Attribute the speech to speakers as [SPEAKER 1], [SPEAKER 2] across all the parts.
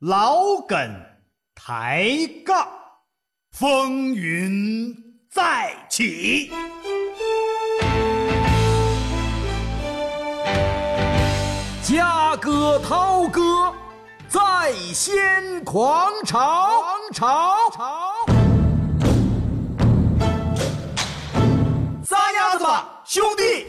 [SPEAKER 1] 老梗抬杠，风云再起。
[SPEAKER 2] 嘉哥、涛哥在先狂潮，潮潮，
[SPEAKER 1] 撒丫子吧，兄弟！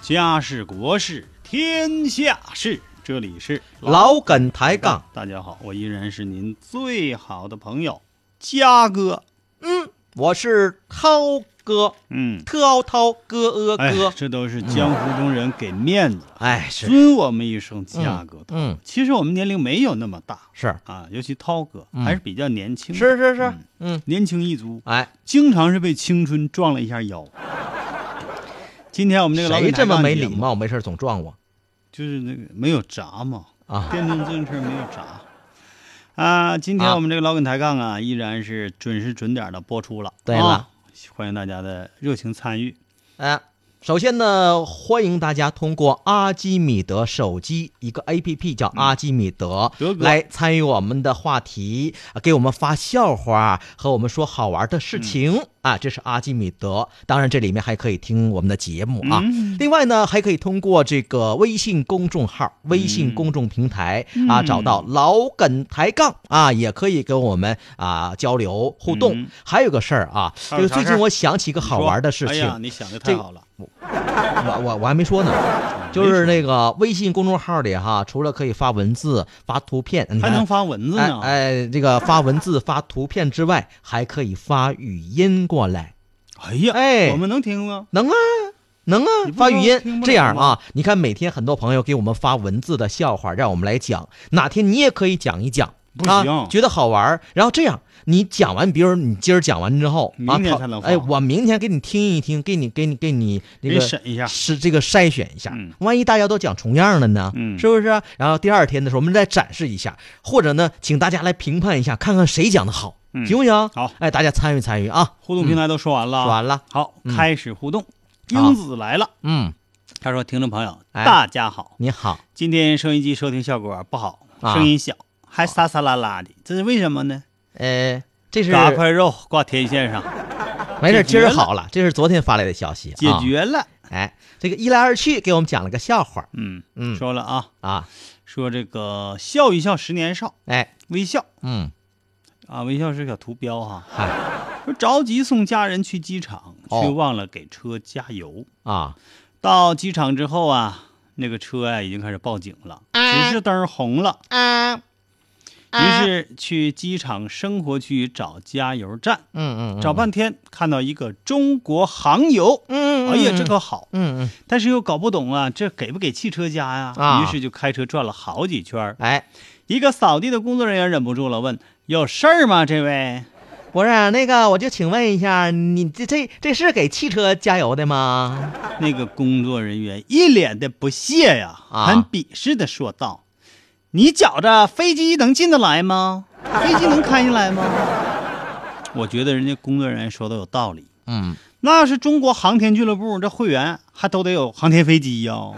[SPEAKER 3] 家事国事天下事，这里是
[SPEAKER 4] 老梗抬杠。
[SPEAKER 3] 大家好，我依然是您最好的朋友嘉哥。
[SPEAKER 4] 嗯，我是涛哥，
[SPEAKER 3] 嗯，
[SPEAKER 4] 特奥涛哥呃
[SPEAKER 3] 哎
[SPEAKER 4] 哥，。
[SPEAKER 3] 这都是江湖中人给面子，
[SPEAKER 4] 哎，是，
[SPEAKER 3] 尊我们一声嘉哥的。
[SPEAKER 4] 嗯，
[SPEAKER 3] 其实我们年龄没有那么大
[SPEAKER 4] 是，
[SPEAKER 3] 啊，尤其涛哥
[SPEAKER 4] 嗯
[SPEAKER 3] 还是比较年轻的，
[SPEAKER 4] 是是是
[SPEAKER 3] 嗯，
[SPEAKER 4] 嗯，
[SPEAKER 3] 年轻一族，
[SPEAKER 4] 哎，
[SPEAKER 3] 经常是被青春撞了一下腰。今天我们这个老
[SPEAKER 4] 谁
[SPEAKER 3] 梗抬
[SPEAKER 4] 这
[SPEAKER 3] 杠
[SPEAKER 4] 么没
[SPEAKER 3] 节
[SPEAKER 4] 礼
[SPEAKER 3] 目？
[SPEAKER 4] 貌？没事总撞我
[SPEAKER 3] 就是那个没有闸嘛，
[SPEAKER 4] 啊！
[SPEAKER 3] 电动自行车没有闸。啊，今天
[SPEAKER 4] 啊
[SPEAKER 3] 我们这个老梗抬杠啊，依然是准时准点的播出了。
[SPEAKER 4] 对
[SPEAKER 3] 啊
[SPEAKER 4] 了，
[SPEAKER 3] 欢迎大家的热情参与。
[SPEAKER 4] 哎，首先呢，欢迎大家通过阿基米德手机一个 A P P 叫阿基米德、
[SPEAKER 3] 德哥
[SPEAKER 4] 来参与我们的话题，啊给我们发笑话和我们说好玩的事情、啊，这是阿基米德。当然，这里面还可以听我们的节目啊。
[SPEAKER 3] 嗯
[SPEAKER 4] 另外呢，还可以通过这个微信公众号、微信公众平台、啊，
[SPEAKER 3] 嗯
[SPEAKER 4] 找到老梗抬杠啊，也可以跟我们啊交流互动。
[SPEAKER 3] 嗯
[SPEAKER 4] 还有个事儿啊，
[SPEAKER 3] 还有
[SPEAKER 4] 这个
[SPEAKER 3] 啥
[SPEAKER 4] 最
[SPEAKER 3] 事
[SPEAKER 4] 近
[SPEAKER 3] 儿
[SPEAKER 4] 我想起一个
[SPEAKER 3] 你
[SPEAKER 4] 好
[SPEAKER 3] 说
[SPEAKER 4] 玩的事
[SPEAKER 3] 哎
[SPEAKER 4] 情，
[SPEAKER 3] 呀，你想的太
[SPEAKER 4] 这
[SPEAKER 3] 好了，
[SPEAKER 4] 我我我还没说呢，
[SPEAKER 3] 嗯
[SPEAKER 4] 就是那个微信公众号里哈，除了可以发文字、发图片，你
[SPEAKER 3] 还
[SPEAKER 4] 看
[SPEAKER 3] 能发文字
[SPEAKER 4] 哎
[SPEAKER 3] 呢。
[SPEAKER 4] 哎，这个发文字、发图片之外，还可以发语音过来，
[SPEAKER 3] 哎呀，
[SPEAKER 4] 哎
[SPEAKER 3] 我们能听吗？
[SPEAKER 4] 能啊。能啊
[SPEAKER 3] 你，不
[SPEAKER 4] 发语
[SPEAKER 3] 听
[SPEAKER 4] 音
[SPEAKER 3] 不了
[SPEAKER 4] 这样
[SPEAKER 3] 吗
[SPEAKER 4] 啊，你看每天很多朋友给我们发文字的笑话，让我们来讲。哪天你也可以讲一讲，
[SPEAKER 3] 不
[SPEAKER 4] 啊
[SPEAKER 3] 行，
[SPEAKER 4] 觉得好玩儿。然后这样，你讲完，比如你今儿讲完之后，啊
[SPEAKER 3] 明天
[SPEAKER 4] 讨
[SPEAKER 3] 才能
[SPEAKER 4] 哎，
[SPEAKER 3] 放
[SPEAKER 4] 我明天给你听一听，给你给你给你那
[SPEAKER 3] 给
[SPEAKER 4] 个
[SPEAKER 3] 审一下。
[SPEAKER 4] 是这个筛选一下
[SPEAKER 3] 嗯，
[SPEAKER 4] 万一大家都讲重样的呢？
[SPEAKER 3] 嗯
[SPEAKER 4] 是不是啊？然后第二天的时候，我们再展示一下，或者呢，请大家来评判一下，看看谁讲的好，
[SPEAKER 3] 嗯
[SPEAKER 4] 行不行？
[SPEAKER 3] 好，
[SPEAKER 4] 哎，大家参与参与啊！
[SPEAKER 3] 互动平台都说完了啊，
[SPEAKER 4] 说完了，
[SPEAKER 3] 好，
[SPEAKER 4] 嗯
[SPEAKER 3] 开始互动。
[SPEAKER 4] 好
[SPEAKER 3] 英子来了，
[SPEAKER 4] 嗯，
[SPEAKER 3] 他说：“听众朋友，
[SPEAKER 4] 哎
[SPEAKER 3] 大家好，
[SPEAKER 4] 你好，
[SPEAKER 3] 今天收音机收听效果不好，
[SPEAKER 4] 啊
[SPEAKER 3] 声音小，还沙沙拉拉的，这是为什么呢？
[SPEAKER 4] 呃，这是啊
[SPEAKER 3] 嘎块肉挂天线上，
[SPEAKER 4] 没事，
[SPEAKER 3] 解决
[SPEAKER 4] 今儿
[SPEAKER 3] 了
[SPEAKER 4] 好了，这是昨天发来的消息，
[SPEAKER 3] 解。决了。
[SPEAKER 4] 啊、哎，这个一来二去给我们讲了个笑话，
[SPEAKER 3] 嗯，
[SPEAKER 4] 嗯
[SPEAKER 3] 说了啊，
[SPEAKER 4] 啊，
[SPEAKER 3] 说这个笑一笑十年少，
[SPEAKER 4] 哎，
[SPEAKER 3] 微笑
[SPEAKER 4] 嗯，
[SPEAKER 3] 啊，微笑是小图标哈。
[SPEAKER 4] 嗨
[SPEAKER 3] 说着急送家人去机场，
[SPEAKER 4] 哦
[SPEAKER 3] 却忘了给车加油。
[SPEAKER 4] 啊，
[SPEAKER 3] 到机场之后啊，那个车呀、已经开始报警了，指示灯红了。
[SPEAKER 4] 啊，
[SPEAKER 3] 于是去机场生活区找加油站，
[SPEAKER 4] 嗯嗯，
[SPEAKER 3] 找半天看到一个中国航油，
[SPEAKER 4] 嗯，嗯，
[SPEAKER 3] 哎呀，这
[SPEAKER 4] 个，
[SPEAKER 3] 可好！
[SPEAKER 4] 嗯嗯，
[SPEAKER 3] 但是又搞不懂啊，这给不给汽车加呀、
[SPEAKER 4] 啊
[SPEAKER 3] 于是就开车转了好几圈儿。
[SPEAKER 4] 哎，
[SPEAKER 3] 一个扫地的工作人员忍不住了，问：“有事儿吗？这位
[SPEAKER 4] 不是那个，我就请问一下，你这这这是给汽车加油的吗？？”
[SPEAKER 3] 那个工作人员一脸的不屑呀、
[SPEAKER 4] 啊
[SPEAKER 3] 很鄙视的说道：“你觉着飞机能进得来吗？飞机能开进来吗？”我觉得人家工作人员说的有道理。
[SPEAKER 4] 嗯，
[SPEAKER 3] 那要是中国航天俱乐部，这会员还都得有航天飞机哟、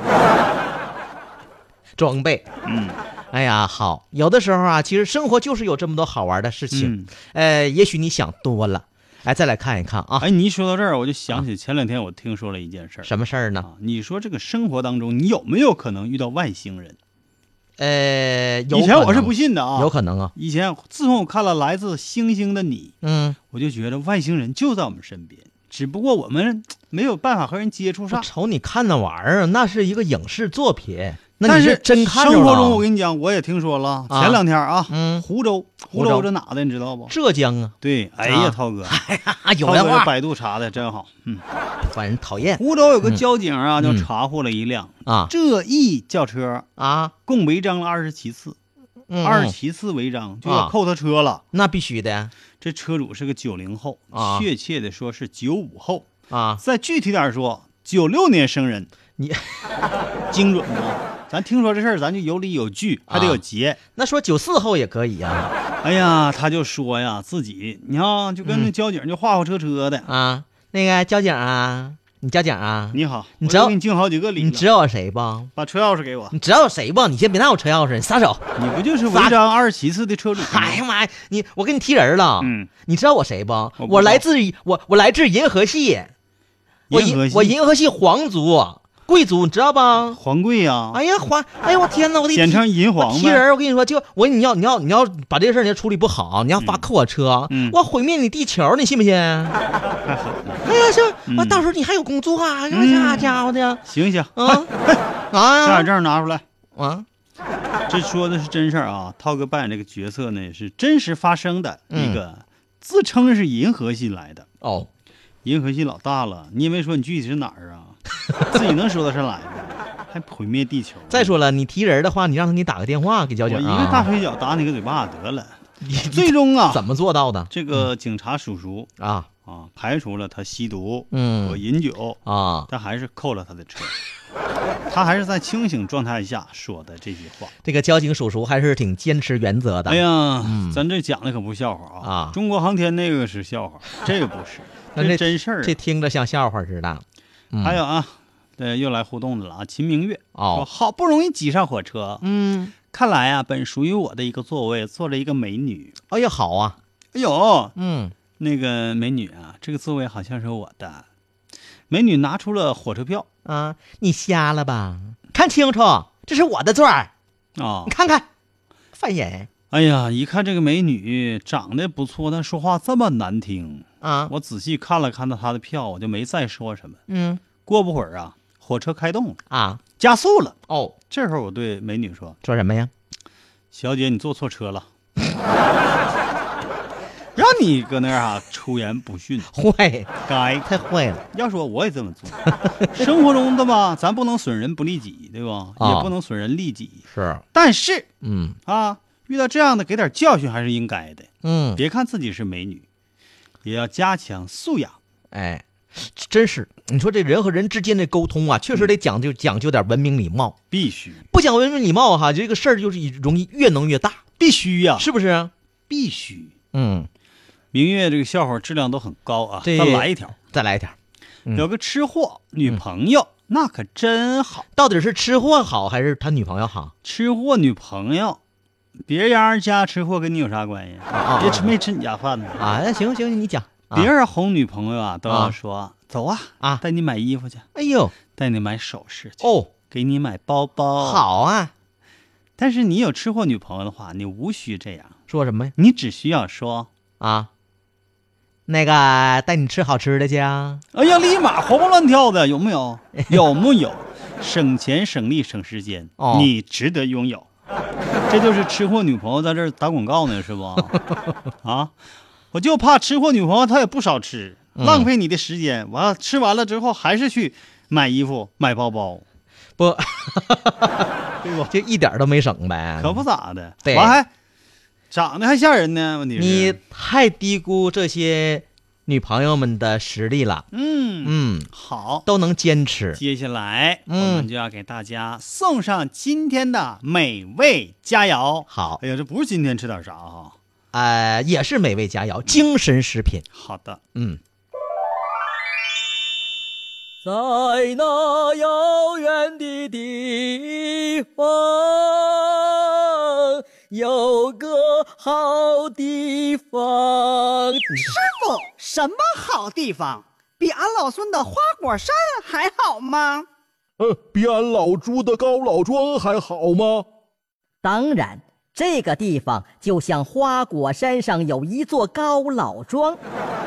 [SPEAKER 4] 装备。
[SPEAKER 3] 嗯
[SPEAKER 4] 哎呀，好，有的时候啊，其实生活就是有这么多好玩的事情。
[SPEAKER 3] 嗯，
[SPEAKER 4] 呃，也许你想多了。哎，再来看一看啊，
[SPEAKER 3] 哎，你一说到这儿，我就想起前两天我听说了一件事儿。
[SPEAKER 4] 什么事儿呢？
[SPEAKER 3] 啊，你说这个生活当中，你有没有可能遇到外星人？
[SPEAKER 4] 呃，有
[SPEAKER 3] 以前我是
[SPEAKER 4] 可
[SPEAKER 3] 不
[SPEAKER 4] 能
[SPEAKER 3] 信的啊，
[SPEAKER 4] 有可能啊。
[SPEAKER 3] 以前自从我看了《来自星星的你》，
[SPEAKER 4] 嗯，
[SPEAKER 3] 我就觉得外星人就在我们身边，只不过我们没有办法和人接触
[SPEAKER 4] 我
[SPEAKER 3] 上。
[SPEAKER 4] 瞅你看那玩意儿，那是一个影视作品，那
[SPEAKER 3] 但
[SPEAKER 4] 你
[SPEAKER 3] 是
[SPEAKER 4] 真看着
[SPEAKER 3] 生活中，我
[SPEAKER 4] 了？
[SPEAKER 3] 跟你讲，我也听说了。
[SPEAKER 4] 啊
[SPEAKER 3] 前两天啊，
[SPEAKER 4] 嗯
[SPEAKER 3] 湖州，湖
[SPEAKER 4] 湖
[SPEAKER 3] 州
[SPEAKER 4] 州
[SPEAKER 3] 这哪的，你知道不？
[SPEAKER 4] 浙江 啊，
[SPEAKER 3] 对，哎呀，
[SPEAKER 4] 啊
[SPEAKER 3] 涛哥，
[SPEAKER 4] 啊有
[SPEAKER 3] 涛
[SPEAKER 4] 文
[SPEAKER 3] 哥这
[SPEAKER 4] 化，
[SPEAKER 3] 百度查的真好。 嗯，
[SPEAKER 4] 反正讨厌
[SPEAKER 3] 湖州有个交警啊，
[SPEAKER 4] 嗯
[SPEAKER 3] 就
[SPEAKER 4] 嗯
[SPEAKER 3] 查获了一辆
[SPEAKER 4] 啊
[SPEAKER 3] 浙 E 轿车，
[SPEAKER 4] 啊！
[SPEAKER 3] 共违章了二十七次，
[SPEAKER 4] 嗯
[SPEAKER 3] 二十
[SPEAKER 4] 嗯
[SPEAKER 3] 七次违章就要
[SPEAKER 4] 啊
[SPEAKER 3] 扣他车了。
[SPEAKER 4] 那必须的
[SPEAKER 3] 这车主是个九零后，
[SPEAKER 4] 啊
[SPEAKER 3] 确切的说是九五后，
[SPEAKER 4] 啊！
[SPEAKER 3] 再具体点说，九六年生人。
[SPEAKER 4] 你
[SPEAKER 3] 精准吗？咱听说这事儿，咱就有理有据，
[SPEAKER 4] 啊
[SPEAKER 3] 还得有节。
[SPEAKER 4] 那说九四后也可以呀、
[SPEAKER 3] 哎呀，他就说呀，自己你看啊，就跟那交警就画画车车的，
[SPEAKER 4] 啊，啊，那个交警啊，你交警啊，
[SPEAKER 3] 你好，
[SPEAKER 4] 你
[SPEAKER 3] 我
[SPEAKER 4] 知道
[SPEAKER 3] 都给你敬好几个礼
[SPEAKER 4] 你
[SPEAKER 3] 了，
[SPEAKER 4] 知道我谁不？
[SPEAKER 3] 把车钥匙给我，
[SPEAKER 4] 你知道我谁不？你先别拿我车钥匙，你撒手！
[SPEAKER 3] 你不就是
[SPEAKER 4] 咋
[SPEAKER 3] 违章二十七次的车主吗？
[SPEAKER 4] 哎呀妈呀，你我给你踢人了！
[SPEAKER 3] 嗯，
[SPEAKER 4] 你知道我谁不？
[SPEAKER 3] 不知道
[SPEAKER 4] 我来自我我来自银河系，我
[SPEAKER 3] 银河系
[SPEAKER 4] 我银河系皇族贵族，你知道吧？
[SPEAKER 3] 皇贵呀、
[SPEAKER 4] 哎呀皇，哎呀我天哪，我得
[SPEAKER 3] 简称银
[SPEAKER 4] 我
[SPEAKER 3] 皇
[SPEAKER 4] 踢
[SPEAKER 3] 呗。
[SPEAKER 4] 人！我跟你说，就我你要你要你要把这事儿你要处理不好，你要罚扣我车，
[SPEAKER 3] 嗯
[SPEAKER 4] 我毁灭你地球，你 信不信？哎呀，这我
[SPEAKER 3] 嗯
[SPEAKER 4] 到时候你还有工作啊？这
[SPEAKER 3] 嗯
[SPEAKER 4] 那家伙的
[SPEAKER 3] 行行，
[SPEAKER 4] 啊
[SPEAKER 3] 驾
[SPEAKER 4] 啊
[SPEAKER 3] 驶证拿出来。
[SPEAKER 4] 啊！
[SPEAKER 3] 这说的是真事儿啊，涛哥扮演这个角色呢，也是真实发生的
[SPEAKER 4] 嗯
[SPEAKER 3] 一个，自称是银河系来的。
[SPEAKER 4] 哦，
[SPEAKER 3] 银河系老大了，你也没说你具体是哪儿啊？ 自己能说得上来吗？还毁灭地球？
[SPEAKER 4] 再，说了，你踢人的话，你让他给你打个电话给交
[SPEAKER 3] 我一
[SPEAKER 4] 警
[SPEAKER 3] 个
[SPEAKER 4] 啊。
[SPEAKER 3] 大飞脚打你个嘴巴得了。
[SPEAKER 4] 你
[SPEAKER 3] 最终啊，
[SPEAKER 4] 怎么做到的
[SPEAKER 3] 这个警察叔叔
[SPEAKER 4] 啊？
[SPEAKER 3] 啊，排除了他吸毒
[SPEAKER 4] 嗯
[SPEAKER 3] 和饮酒，
[SPEAKER 4] 啊，
[SPEAKER 3] 但还是扣了他的车。他还是在清醒状态下说的这些 话。
[SPEAKER 4] 这个交警叔叔还是挺坚持原则的。
[SPEAKER 3] 哎呀，咱这讲的可不是笑话
[SPEAKER 4] 嗯啊
[SPEAKER 3] 啊！中国航天那个是笑话，这个不是，
[SPEAKER 4] 那
[SPEAKER 3] 是
[SPEAKER 4] 这
[SPEAKER 3] 真事儿啊。
[SPEAKER 4] 这听着像笑话似的。嗯
[SPEAKER 3] 还有啊，呃，又来互动的了啊！秦明月说，
[SPEAKER 4] 哦，
[SPEAKER 3] 好不容易挤上火车，
[SPEAKER 4] 嗯，
[SPEAKER 3] 看来啊，本属于我的一个座位坐了一个美女。
[SPEAKER 4] 哎呀，好啊，
[SPEAKER 3] 哎呦，
[SPEAKER 4] 嗯，
[SPEAKER 3] 那个美女啊，这个座位好像是我的。美女拿出了火车票
[SPEAKER 4] 啊，你瞎了吧？看清楚，这是我的座儿，
[SPEAKER 3] 啊
[SPEAKER 4] 你！看看，犯人
[SPEAKER 3] 哎呀，一看这个美女长得不错，但说话这么难听，
[SPEAKER 4] 啊，
[SPEAKER 3] 我仔细看了看她她的票，我就没再说什么。
[SPEAKER 4] 嗯
[SPEAKER 3] 过不会儿啊，火车开动了，
[SPEAKER 4] 啊，
[SPEAKER 3] 加速了。
[SPEAKER 4] 哦，
[SPEAKER 3] 这时候我对美女说
[SPEAKER 4] 说什么呀？：“
[SPEAKER 3] 小姐，你坐错车了。” 让你搁那儿啊出言不逊，
[SPEAKER 4] 坏，
[SPEAKER 3] 该
[SPEAKER 4] 太坏了，
[SPEAKER 3] 要说我也这么做。 生活中的吧，咱不能损人不利己，对吧？
[SPEAKER 4] 啊
[SPEAKER 3] 也不能损人利己。
[SPEAKER 4] 是，
[SPEAKER 3] 但是
[SPEAKER 4] 嗯
[SPEAKER 3] 啊，遇到这样的，给点教训还是应该的。
[SPEAKER 4] 嗯，
[SPEAKER 3] 别看自己是美女，也要加强素养。
[SPEAKER 4] 哎，真是，你说这人和人之间的沟通啊，确实得讲究讲究点文明礼貌，
[SPEAKER 3] 必须，
[SPEAKER 4] 不讲文明礼貌哈，这个事儿就是容易越弄越大，
[SPEAKER 3] 必须呀、
[SPEAKER 4] 是不是？
[SPEAKER 3] 必须。
[SPEAKER 4] 嗯，
[SPEAKER 3] 明月这个笑话质量都很高啊，
[SPEAKER 4] 这
[SPEAKER 3] 再来一条。
[SPEAKER 4] 再来一条，嗯
[SPEAKER 3] 有个吃货女朋友，那可真好。
[SPEAKER 4] 到底是吃货好还是他女朋友好？
[SPEAKER 3] 吃货女朋友，别人家吃货跟你有啥关系？
[SPEAKER 4] 啊
[SPEAKER 3] 别吃没吃你家饭呢？
[SPEAKER 4] 啊，那行行，你讲，啊
[SPEAKER 3] 别人哄女朋友啊，都
[SPEAKER 4] 啊
[SPEAKER 3] 要说走啊
[SPEAKER 4] 啊
[SPEAKER 3] 带你买衣服去，
[SPEAKER 4] 哎呦，
[SPEAKER 3] 带你买首饰去，
[SPEAKER 4] 哦，
[SPEAKER 3] 给你买包包。，
[SPEAKER 4] 好啊，
[SPEAKER 3] 但是你有吃货女朋友的话，你无需这样，
[SPEAKER 4] 说什么呀？
[SPEAKER 3] 你只需要说，
[SPEAKER 4] 啊，那个带你吃好吃的去啊。
[SPEAKER 3] 哎呀，立马活蹦乱跳的，有没 有？有木有？省钱、省力、省时间，
[SPEAKER 4] 哦
[SPEAKER 3] 你值得拥有。这就是吃货女朋友在这儿打广告呢， 是不？啊，我就怕吃货女朋友她也不少吃，
[SPEAKER 4] 嗯
[SPEAKER 3] 浪费你的时间。完了，吃完了之后还是去买衣服、买包包，
[SPEAKER 4] 不，
[SPEAKER 3] 对不？
[SPEAKER 4] 就一点儿都没省呗。
[SPEAKER 3] 可不咋的，
[SPEAKER 4] 嗯对
[SPEAKER 3] 完还长得还吓人呢，问题是
[SPEAKER 4] 你太低估这些女朋友们的实力了。
[SPEAKER 3] 嗯
[SPEAKER 4] 嗯，
[SPEAKER 3] 好。
[SPEAKER 4] 都能坚持。
[SPEAKER 3] 接下来我
[SPEAKER 4] 嗯
[SPEAKER 3] 们就要给大家送上今天的美味佳肴。
[SPEAKER 4] 好，
[SPEAKER 3] 哎呀，这不是今天吃点啥哈、
[SPEAKER 4] 呃，也是美味佳肴，精神食品。
[SPEAKER 3] 好的，
[SPEAKER 4] 嗯，
[SPEAKER 2] 在那遥远的地方，有个好地方。
[SPEAKER 5] 不，什么好地方？比俺老孙的花果山还好吗？
[SPEAKER 6] 呃， 比俺老朱的高老庄还好吗？
[SPEAKER 7] 当然，这个地方就像花果山上有一座高老庄，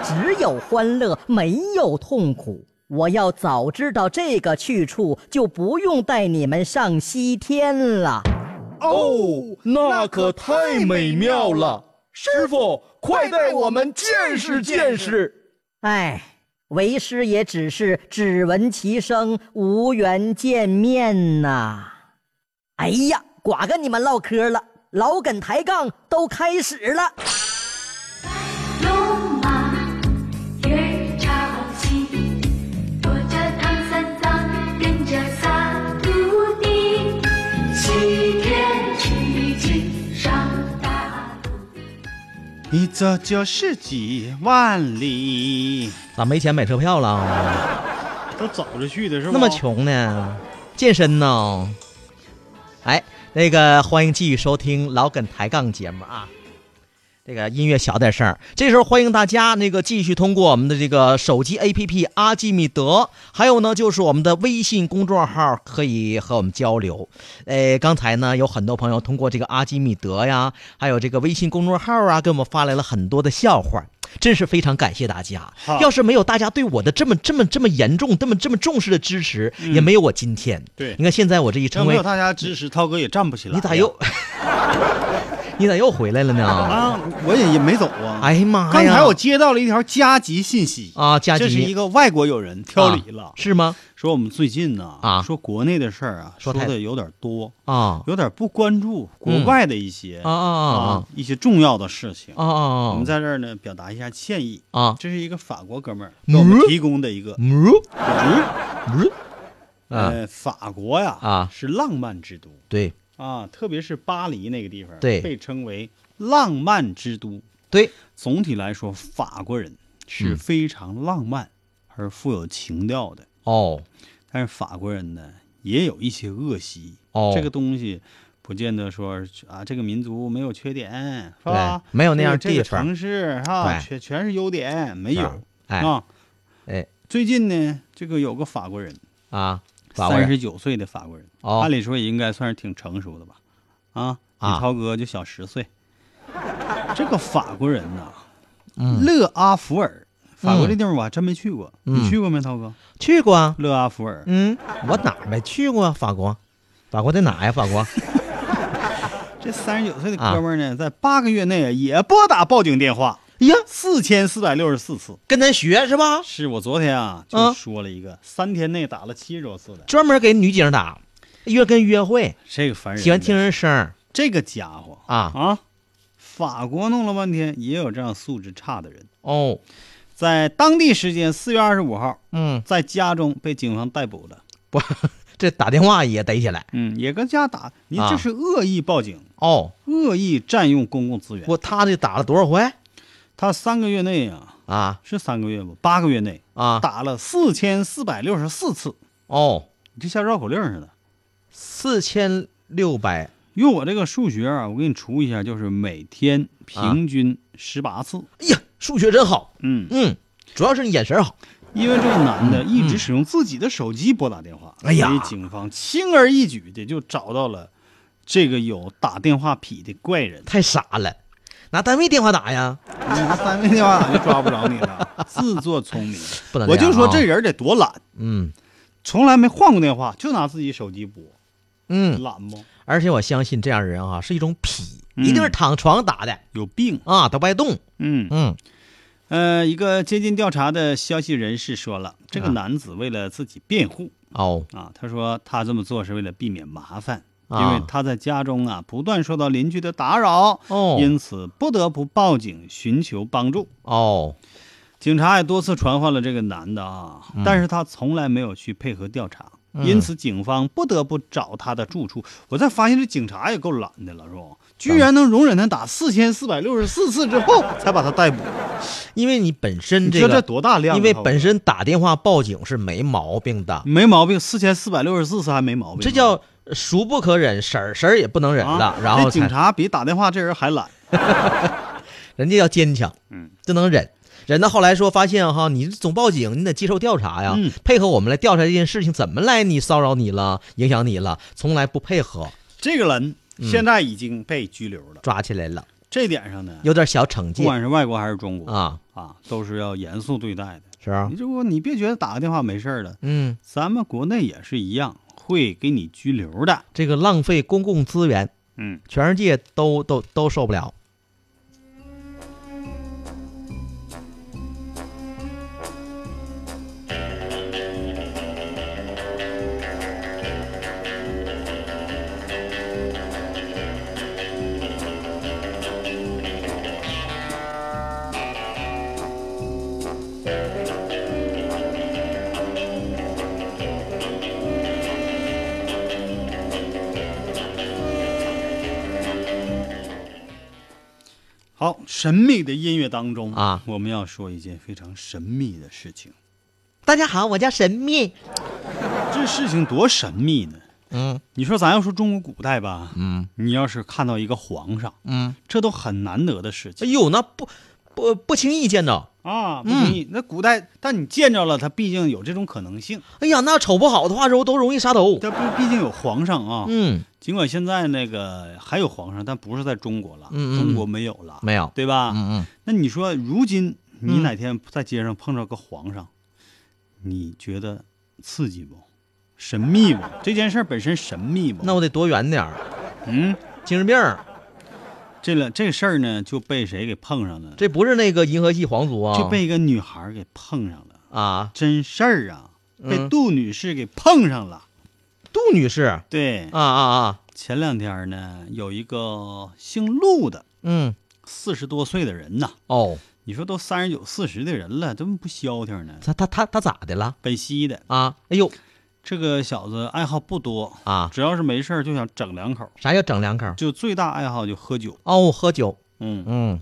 [SPEAKER 7] 只有欢乐，没有痛苦。我要早知道这个去处，就不用带你们上西天了。
[SPEAKER 6] 哦，那可太美妙了！师傅，快带我们见识见识。
[SPEAKER 7] 哎，为师也只是只闻其声，无缘见面呐、哎呀，寡跟你们唠嗑了，老梗抬杠都开始了。
[SPEAKER 8] 戎马日朝夕，驮着唐三藏，跟着仨徒弟，西天取经上大路。
[SPEAKER 3] 一走就是几万里，
[SPEAKER 4] 咋没钱买车票了？
[SPEAKER 3] 都走着去的是吧？
[SPEAKER 4] 那么穷呢？健身呢？哎，那个欢迎继续收听老梗抬杠节目啊。这个音乐小点声儿，这时候欢迎大家那个继续通过我们的这个手机 APP 阿基米德，还有呢就是我们的微信公众号可以和我们交流。呃，刚才呢有很多朋友通过这个阿基米德呀，还有这个微信公众号啊，给我们发来了很多的笑话，真是非常感谢大家。
[SPEAKER 3] 好
[SPEAKER 4] 要是没有大家对我的这么这么这么严重、这么这么重视的支持，也没有我今天。
[SPEAKER 3] 嗯对
[SPEAKER 4] 你看现在我这一
[SPEAKER 3] 要
[SPEAKER 4] 成
[SPEAKER 3] 没
[SPEAKER 4] 为
[SPEAKER 3] 有，大家支持，涛哥也站不起来呀。
[SPEAKER 4] 你咋又 你咋又回来了呢？
[SPEAKER 3] 啊？我也也没走啊。
[SPEAKER 4] 哎呀妈呀！
[SPEAKER 3] 刚才我接到了一条加急信息
[SPEAKER 4] 啊加急啊
[SPEAKER 3] 这是一个外国友人挑理了，
[SPEAKER 4] 是 吗？
[SPEAKER 3] 说我们最近呢
[SPEAKER 4] 啊
[SPEAKER 3] 说国内的事儿啊，
[SPEAKER 4] 说
[SPEAKER 3] 说
[SPEAKER 4] 太
[SPEAKER 3] 的有点多，
[SPEAKER 4] 啊
[SPEAKER 3] 有点不关注国外的一些
[SPEAKER 4] 啊啊
[SPEAKER 3] 一些重要的事情
[SPEAKER 4] 啊啊。啊！
[SPEAKER 3] 我们在这儿呢表达一下歉意
[SPEAKER 4] 啊嗯
[SPEAKER 3] 这是一个法国哥们儿给我们提供的一个，
[SPEAKER 4] 母嗯啊，
[SPEAKER 3] 呃，法国呀
[SPEAKER 4] 啊
[SPEAKER 3] 是浪漫之都
[SPEAKER 4] 对
[SPEAKER 3] 啊，特别是巴黎那个地方，
[SPEAKER 4] 对
[SPEAKER 3] 被称为浪漫之都。
[SPEAKER 4] 对，
[SPEAKER 3] 总体来说，法国人是
[SPEAKER 4] 嗯
[SPEAKER 3] 非常浪漫而富有情调的，
[SPEAKER 4] 哦
[SPEAKER 3] 但是法国人呢也有一些恶习。
[SPEAKER 4] 哦，
[SPEAKER 3] 这个东西不见得说啊，这个民族没有缺点，是
[SPEAKER 4] 对
[SPEAKER 3] 吧？
[SPEAKER 4] 没有那样
[SPEAKER 3] 这个这
[SPEAKER 4] 地
[SPEAKER 3] 个
[SPEAKER 4] 方
[SPEAKER 3] 城市哈、啊，
[SPEAKER 4] 对
[SPEAKER 3] 全全是优点，没有
[SPEAKER 4] 是哎
[SPEAKER 3] 啊。
[SPEAKER 4] 哎
[SPEAKER 3] 最近呢，这个有个法国人，
[SPEAKER 4] 啊，法国
[SPEAKER 3] 三
[SPEAKER 4] 人
[SPEAKER 3] 十九岁的法国人，
[SPEAKER 4] 哦
[SPEAKER 3] 按理说也应该算是挺成熟的吧？啊，比
[SPEAKER 4] 啊
[SPEAKER 3] 涛哥就小十岁。这个法国人呐、
[SPEAKER 4] 嗯
[SPEAKER 3] 勒阿弗尔，法国这地方我还真没去过，
[SPEAKER 4] 嗯
[SPEAKER 3] 你去过没，涛哥？
[SPEAKER 4] 去过啊，
[SPEAKER 3] 勒阿弗尔，
[SPEAKER 4] 嗯，我哪儿没去过啊？法国，法国在哪呀？法国
[SPEAKER 3] 这三十九岁的哥们儿呢，在八个月内也拨打报警电话
[SPEAKER 4] 呀，
[SPEAKER 3] 四千四百六十四次。
[SPEAKER 4] 跟咱学是吧？
[SPEAKER 3] 是我昨天啊
[SPEAKER 4] 啊
[SPEAKER 3] 就说了一个，三天内打了七十多次的，
[SPEAKER 4] 专门给女警打，约跟约会，
[SPEAKER 3] 这个烦人。
[SPEAKER 4] 喜欢听人声儿
[SPEAKER 3] 这个家伙
[SPEAKER 4] 啊。
[SPEAKER 3] 啊，法国弄了半天也有这样素质差的人。
[SPEAKER 4] 哦，
[SPEAKER 3] 在当地时间四月二十五号，
[SPEAKER 4] 嗯，
[SPEAKER 3] 在家中被警方逮捕了。
[SPEAKER 4] 这打电话也逮起来。
[SPEAKER 3] 嗯，啊也跟家打，你
[SPEAKER 4] 啊
[SPEAKER 3] 这是恶意报警，
[SPEAKER 4] 哦，
[SPEAKER 3] 恶意占用公共资源。
[SPEAKER 4] 我他这打了多少回
[SPEAKER 3] 他三个月内啊，
[SPEAKER 4] 啊
[SPEAKER 3] 是三个月吧？八个月内
[SPEAKER 4] 啊？
[SPEAKER 3] 打了四千四百六十四次，
[SPEAKER 4] 哦，
[SPEAKER 3] 你这像绕口令似的。
[SPEAKER 4] 四千六百
[SPEAKER 3] 用我这个数学啊，我给你除一下，就是每天平均十八次。
[SPEAKER 4] 哎呀，数学真好，
[SPEAKER 3] 嗯，
[SPEAKER 4] 嗯，主要是你眼神好。
[SPEAKER 3] 因为这个男的一直使用自己的手机拨打电话，
[SPEAKER 4] 哎呀
[SPEAKER 3] 所以警方轻而易举的就找到了这个有打电话痞的怪人。
[SPEAKER 4] 太傻了，拿单位电话打呀，
[SPEAKER 3] 你拿单位电话打就抓不着你了， 啊自作聪明。
[SPEAKER 4] 不能、啊
[SPEAKER 3] 我就说这，人得多懒，
[SPEAKER 4] 嗯
[SPEAKER 3] 从来没换过电话，就拿自己手机拨，
[SPEAKER 4] 嗯，
[SPEAKER 3] 懒不？
[SPEAKER 4] 而且我相信这样人啊是一种痞，
[SPEAKER 3] 嗯
[SPEAKER 4] 一定是躺床打的
[SPEAKER 3] 有病。
[SPEAKER 4] 啊，都不爱动，
[SPEAKER 3] 嗯，
[SPEAKER 4] 嗯
[SPEAKER 3] 呃，一个接近调查的消息人士说了，这个
[SPEAKER 4] 啊
[SPEAKER 3] 男子为了自己辩护。
[SPEAKER 4] 哦
[SPEAKER 3] 啊，他说他这么做是为了避免麻烦，因
[SPEAKER 4] 啊
[SPEAKER 3] 为他在家中啊不断受到邻居的打扰，
[SPEAKER 4] 哦
[SPEAKER 3] 因此不得不报警寻求帮助。
[SPEAKER 4] 哦，
[SPEAKER 3] 警察也多次传唤了这个男的啊，
[SPEAKER 4] 嗯
[SPEAKER 3] 但是他从来没有去配合调查，因此警方不得不找他的住处。我才发现这警察也够懒的了，是
[SPEAKER 4] 嗯
[SPEAKER 3] 吧？居然能容忍他打四千四百六十四次之后才把他逮捕，
[SPEAKER 4] 因为你本
[SPEAKER 3] 你
[SPEAKER 4] 身
[SPEAKER 3] 知
[SPEAKER 4] 嗯
[SPEAKER 3] 道
[SPEAKER 4] 这
[SPEAKER 3] 这
[SPEAKER 4] 个，
[SPEAKER 3] 多大量啊？
[SPEAKER 4] 因为
[SPEAKER 3] 涛哥
[SPEAKER 4] 本身打电话报警是没毛病的，
[SPEAKER 3] 没毛病，四千四百六十四次还没毛病呢，
[SPEAKER 4] 这叫孰不可忍，婶儿婶儿也不能忍了，
[SPEAKER 3] 啊
[SPEAKER 4] 然后
[SPEAKER 3] 这警
[SPEAKER 4] 才
[SPEAKER 3] 察比打电话这人还懒。
[SPEAKER 4] 人家要坚强，
[SPEAKER 3] 嗯，
[SPEAKER 4] 就能忍。忍到后来说，发现哈，你总报警，你得接受调查呀，
[SPEAKER 3] 嗯
[SPEAKER 4] 配合我们来调查这件事情，怎么来你骚扰你了，影响你了，从来不配合，
[SPEAKER 3] 这个人现
[SPEAKER 4] 嗯
[SPEAKER 3] 在已经被拘留了，
[SPEAKER 4] 抓起来了，
[SPEAKER 3] 这点上呢，
[SPEAKER 4] 有点小惩
[SPEAKER 3] 不
[SPEAKER 4] 戒
[SPEAKER 3] 管是外国还是中国
[SPEAKER 4] 啊，
[SPEAKER 3] 啊都是要严肃对待的。
[SPEAKER 4] 是啊
[SPEAKER 3] 你，这不，你别觉得打个电话没事儿了，
[SPEAKER 4] 嗯，
[SPEAKER 3] 咱们国内也是一样，会给你拘留的。
[SPEAKER 4] 这个浪费公共资源，
[SPEAKER 3] 嗯，
[SPEAKER 4] 全世界都都都受不了。
[SPEAKER 3] 神秘的音乐当中
[SPEAKER 4] 啊
[SPEAKER 3] 我们要说一件非常神秘的事情。
[SPEAKER 4] 大家好，我叫神秘。
[SPEAKER 3] 这事情多神秘呢？
[SPEAKER 4] 嗯
[SPEAKER 3] 你说咱要说中国古代吧，
[SPEAKER 4] 嗯
[SPEAKER 3] 你要是看到一个皇上，
[SPEAKER 4] 嗯，
[SPEAKER 3] 这都很难得的事
[SPEAKER 4] 哎
[SPEAKER 3] 情
[SPEAKER 4] 呦，那不不不轻易见着。
[SPEAKER 3] 啊。不
[SPEAKER 4] 嗯
[SPEAKER 3] 容易，那古代，但你见着了，他毕竟有这种可能性，
[SPEAKER 4] 哎呀，那瞅不好的话，都都容易杀头。
[SPEAKER 3] 他不毕竟有皇上啊。
[SPEAKER 4] 嗯，
[SPEAKER 3] 尽管现在那个还有皇上，但不是在中国了，
[SPEAKER 4] 嗯嗯
[SPEAKER 3] 中国没有了，
[SPEAKER 4] 没有。
[SPEAKER 3] 对吧？
[SPEAKER 4] 嗯嗯，
[SPEAKER 3] 那你说，如今你
[SPEAKER 4] 嗯
[SPEAKER 3] 哪天在街上碰着个皇上，你觉得刺激不？神秘 不？这件事儿本身神秘不？
[SPEAKER 4] 那我得躲远点儿。
[SPEAKER 3] 嗯，
[SPEAKER 4] 精神病儿，
[SPEAKER 3] 这了这事儿呢，就被谁给碰上了？
[SPEAKER 4] 这不是那个银河系皇族啊？
[SPEAKER 3] 就被一个女孩儿给碰上了，
[SPEAKER 4] 啊，
[SPEAKER 3] 真事儿啊，被
[SPEAKER 4] 嗯
[SPEAKER 3] 杜女士给碰上了。
[SPEAKER 4] 杜女士啊
[SPEAKER 3] 对，
[SPEAKER 4] 啊啊，
[SPEAKER 3] 前两天儿呢，有一个姓陆的
[SPEAKER 4] 嗯
[SPEAKER 3] 四十多岁的人呐，
[SPEAKER 4] 哦，
[SPEAKER 3] 你说都三十九四十的人了，怎么不消停呢？
[SPEAKER 4] 他他他他咋的了
[SPEAKER 3] 本溪的
[SPEAKER 4] 啊？哎呦
[SPEAKER 3] 这个小子爱好不多，
[SPEAKER 4] 啊，
[SPEAKER 3] 只要是没事儿就想整两口，
[SPEAKER 4] 啥叫整两口？
[SPEAKER 3] 就最大爱好就喝酒。
[SPEAKER 4] 哦，喝酒，
[SPEAKER 3] 嗯，
[SPEAKER 4] 嗯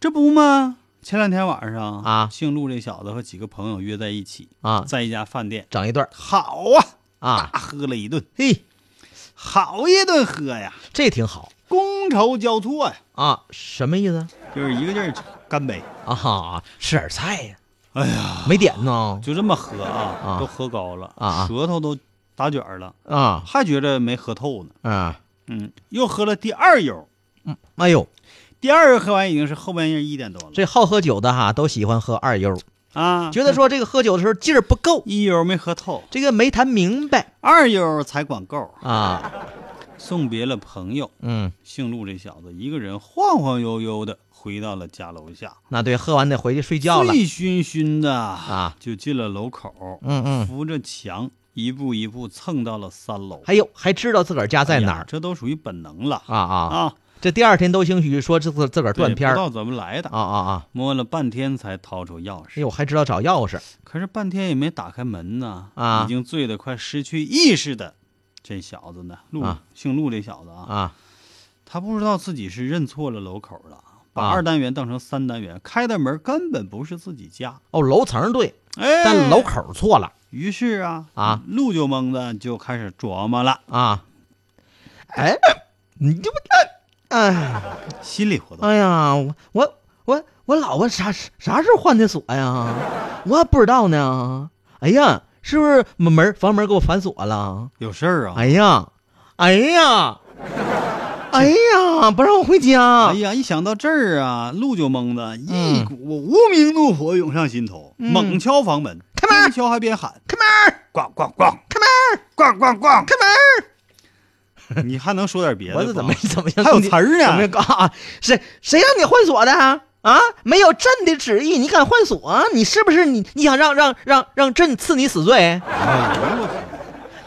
[SPEAKER 3] 这不吗？前两天晚上
[SPEAKER 4] 啊
[SPEAKER 3] 姓陆这小子和几个朋友约在一起，
[SPEAKER 4] 啊，
[SPEAKER 3] 在一家饭店，
[SPEAKER 4] 整一顿儿
[SPEAKER 3] 好啊，
[SPEAKER 4] 啊，
[SPEAKER 3] 大喝了一顿，
[SPEAKER 4] 嘿，
[SPEAKER 3] 好一顿喝呀，
[SPEAKER 4] 这挺好
[SPEAKER 3] 觥筹交错呀，
[SPEAKER 4] 啊，什么意思
[SPEAKER 3] 就是一个劲儿干杯，
[SPEAKER 4] 啊？哈，吃点菜呀，
[SPEAKER 3] 哎呀，
[SPEAKER 4] 没点呢
[SPEAKER 3] 就这么喝啊，
[SPEAKER 4] 啊
[SPEAKER 3] 都喝高了
[SPEAKER 4] 啊啊
[SPEAKER 3] 舌头都打卷儿了，
[SPEAKER 4] 啊
[SPEAKER 3] 还觉着没喝透呢。
[SPEAKER 4] 啊，
[SPEAKER 3] 嗯，又喝了第二悠，
[SPEAKER 4] 哎呦，
[SPEAKER 3] 第二悠喝完已经是后半夜一点多了，
[SPEAKER 4] 这好喝酒的哈都喜欢喝二悠，
[SPEAKER 3] 啊，
[SPEAKER 4] 觉得说这个喝酒的时候劲儿不够，
[SPEAKER 3] 一悠没喝透，
[SPEAKER 4] 这个没谈明白
[SPEAKER 3] 二悠才管够。
[SPEAKER 4] 啊，
[SPEAKER 3] 送别了朋友，
[SPEAKER 4] 嗯，
[SPEAKER 3] 姓陆这小子一个人晃晃悠悠的回到了家楼下，
[SPEAKER 4] 那对，喝完得回去睡觉了
[SPEAKER 3] 醉醺醺的
[SPEAKER 4] 啊，
[SPEAKER 3] 就进了楼口，
[SPEAKER 4] 嗯嗯，
[SPEAKER 3] 扶着墙一步一步蹭到了三楼。
[SPEAKER 4] 还有还知道自个儿家在哪
[SPEAKER 3] 哎呀
[SPEAKER 4] 儿
[SPEAKER 3] 这都属于本能了
[SPEAKER 4] 啊啊，
[SPEAKER 3] 啊！
[SPEAKER 4] 这第二天都兴许说自个自个儿断
[SPEAKER 3] 对
[SPEAKER 4] 片儿
[SPEAKER 3] 不
[SPEAKER 4] 啊
[SPEAKER 3] 知道怎么来的，
[SPEAKER 4] 啊啊，
[SPEAKER 3] 摸了半天才掏出钥
[SPEAKER 4] 哎
[SPEAKER 3] 匙，
[SPEAKER 4] 呦，还知道找钥匙
[SPEAKER 3] 可是半天也没打开门呢。
[SPEAKER 4] 啊
[SPEAKER 3] 已经醉得快失去意识的这小子呢，陆、
[SPEAKER 4] 啊
[SPEAKER 3] 姓陆这小子啊，
[SPEAKER 4] 啊，
[SPEAKER 3] 他不知道自己是认错了楼口了，把
[SPEAKER 4] 啊
[SPEAKER 3] 二单元当成三单元，开的门根本不是自己家，
[SPEAKER 4] 哦，楼层对，
[SPEAKER 3] 哎，
[SPEAKER 4] 但楼。口错了
[SPEAKER 3] 于是啊
[SPEAKER 4] 啊，
[SPEAKER 3] 陆就蒙的就开始琢磨了，
[SPEAKER 4] 啊，哎，你这不，哎，
[SPEAKER 3] 心里活动。
[SPEAKER 4] 哎呀，我我我我老婆啥啥时候换的锁呀？我还不知道呢。哎呀，是不是门门房门给我反锁了？
[SPEAKER 3] 有事儿啊？
[SPEAKER 4] 哎呀，哎呀，哎呀，不让我回家。
[SPEAKER 3] 哎呀，一想到这儿啊，陆就蒙的一股无名怒火涌上心头，猛敲房门，开
[SPEAKER 4] 门
[SPEAKER 3] 边敲还边喊
[SPEAKER 4] 开门，
[SPEAKER 1] 咣咣咣，
[SPEAKER 4] 开门，
[SPEAKER 1] 咣咣咣，
[SPEAKER 4] 开门！
[SPEAKER 3] 你还能说点别的不？
[SPEAKER 4] 我 这怎么怎么像
[SPEAKER 3] 还有词儿
[SPEAKER 4] 怎么
[SPEAKER 3] 呢？
[SPEAKER 4] 搞啊？谁谁让你换锁的啊？啊没有朕的旨意，你敢换锁？你是不是你你想让让让让朕赐你死罪？
[SPEAKER 3] 哎呦我天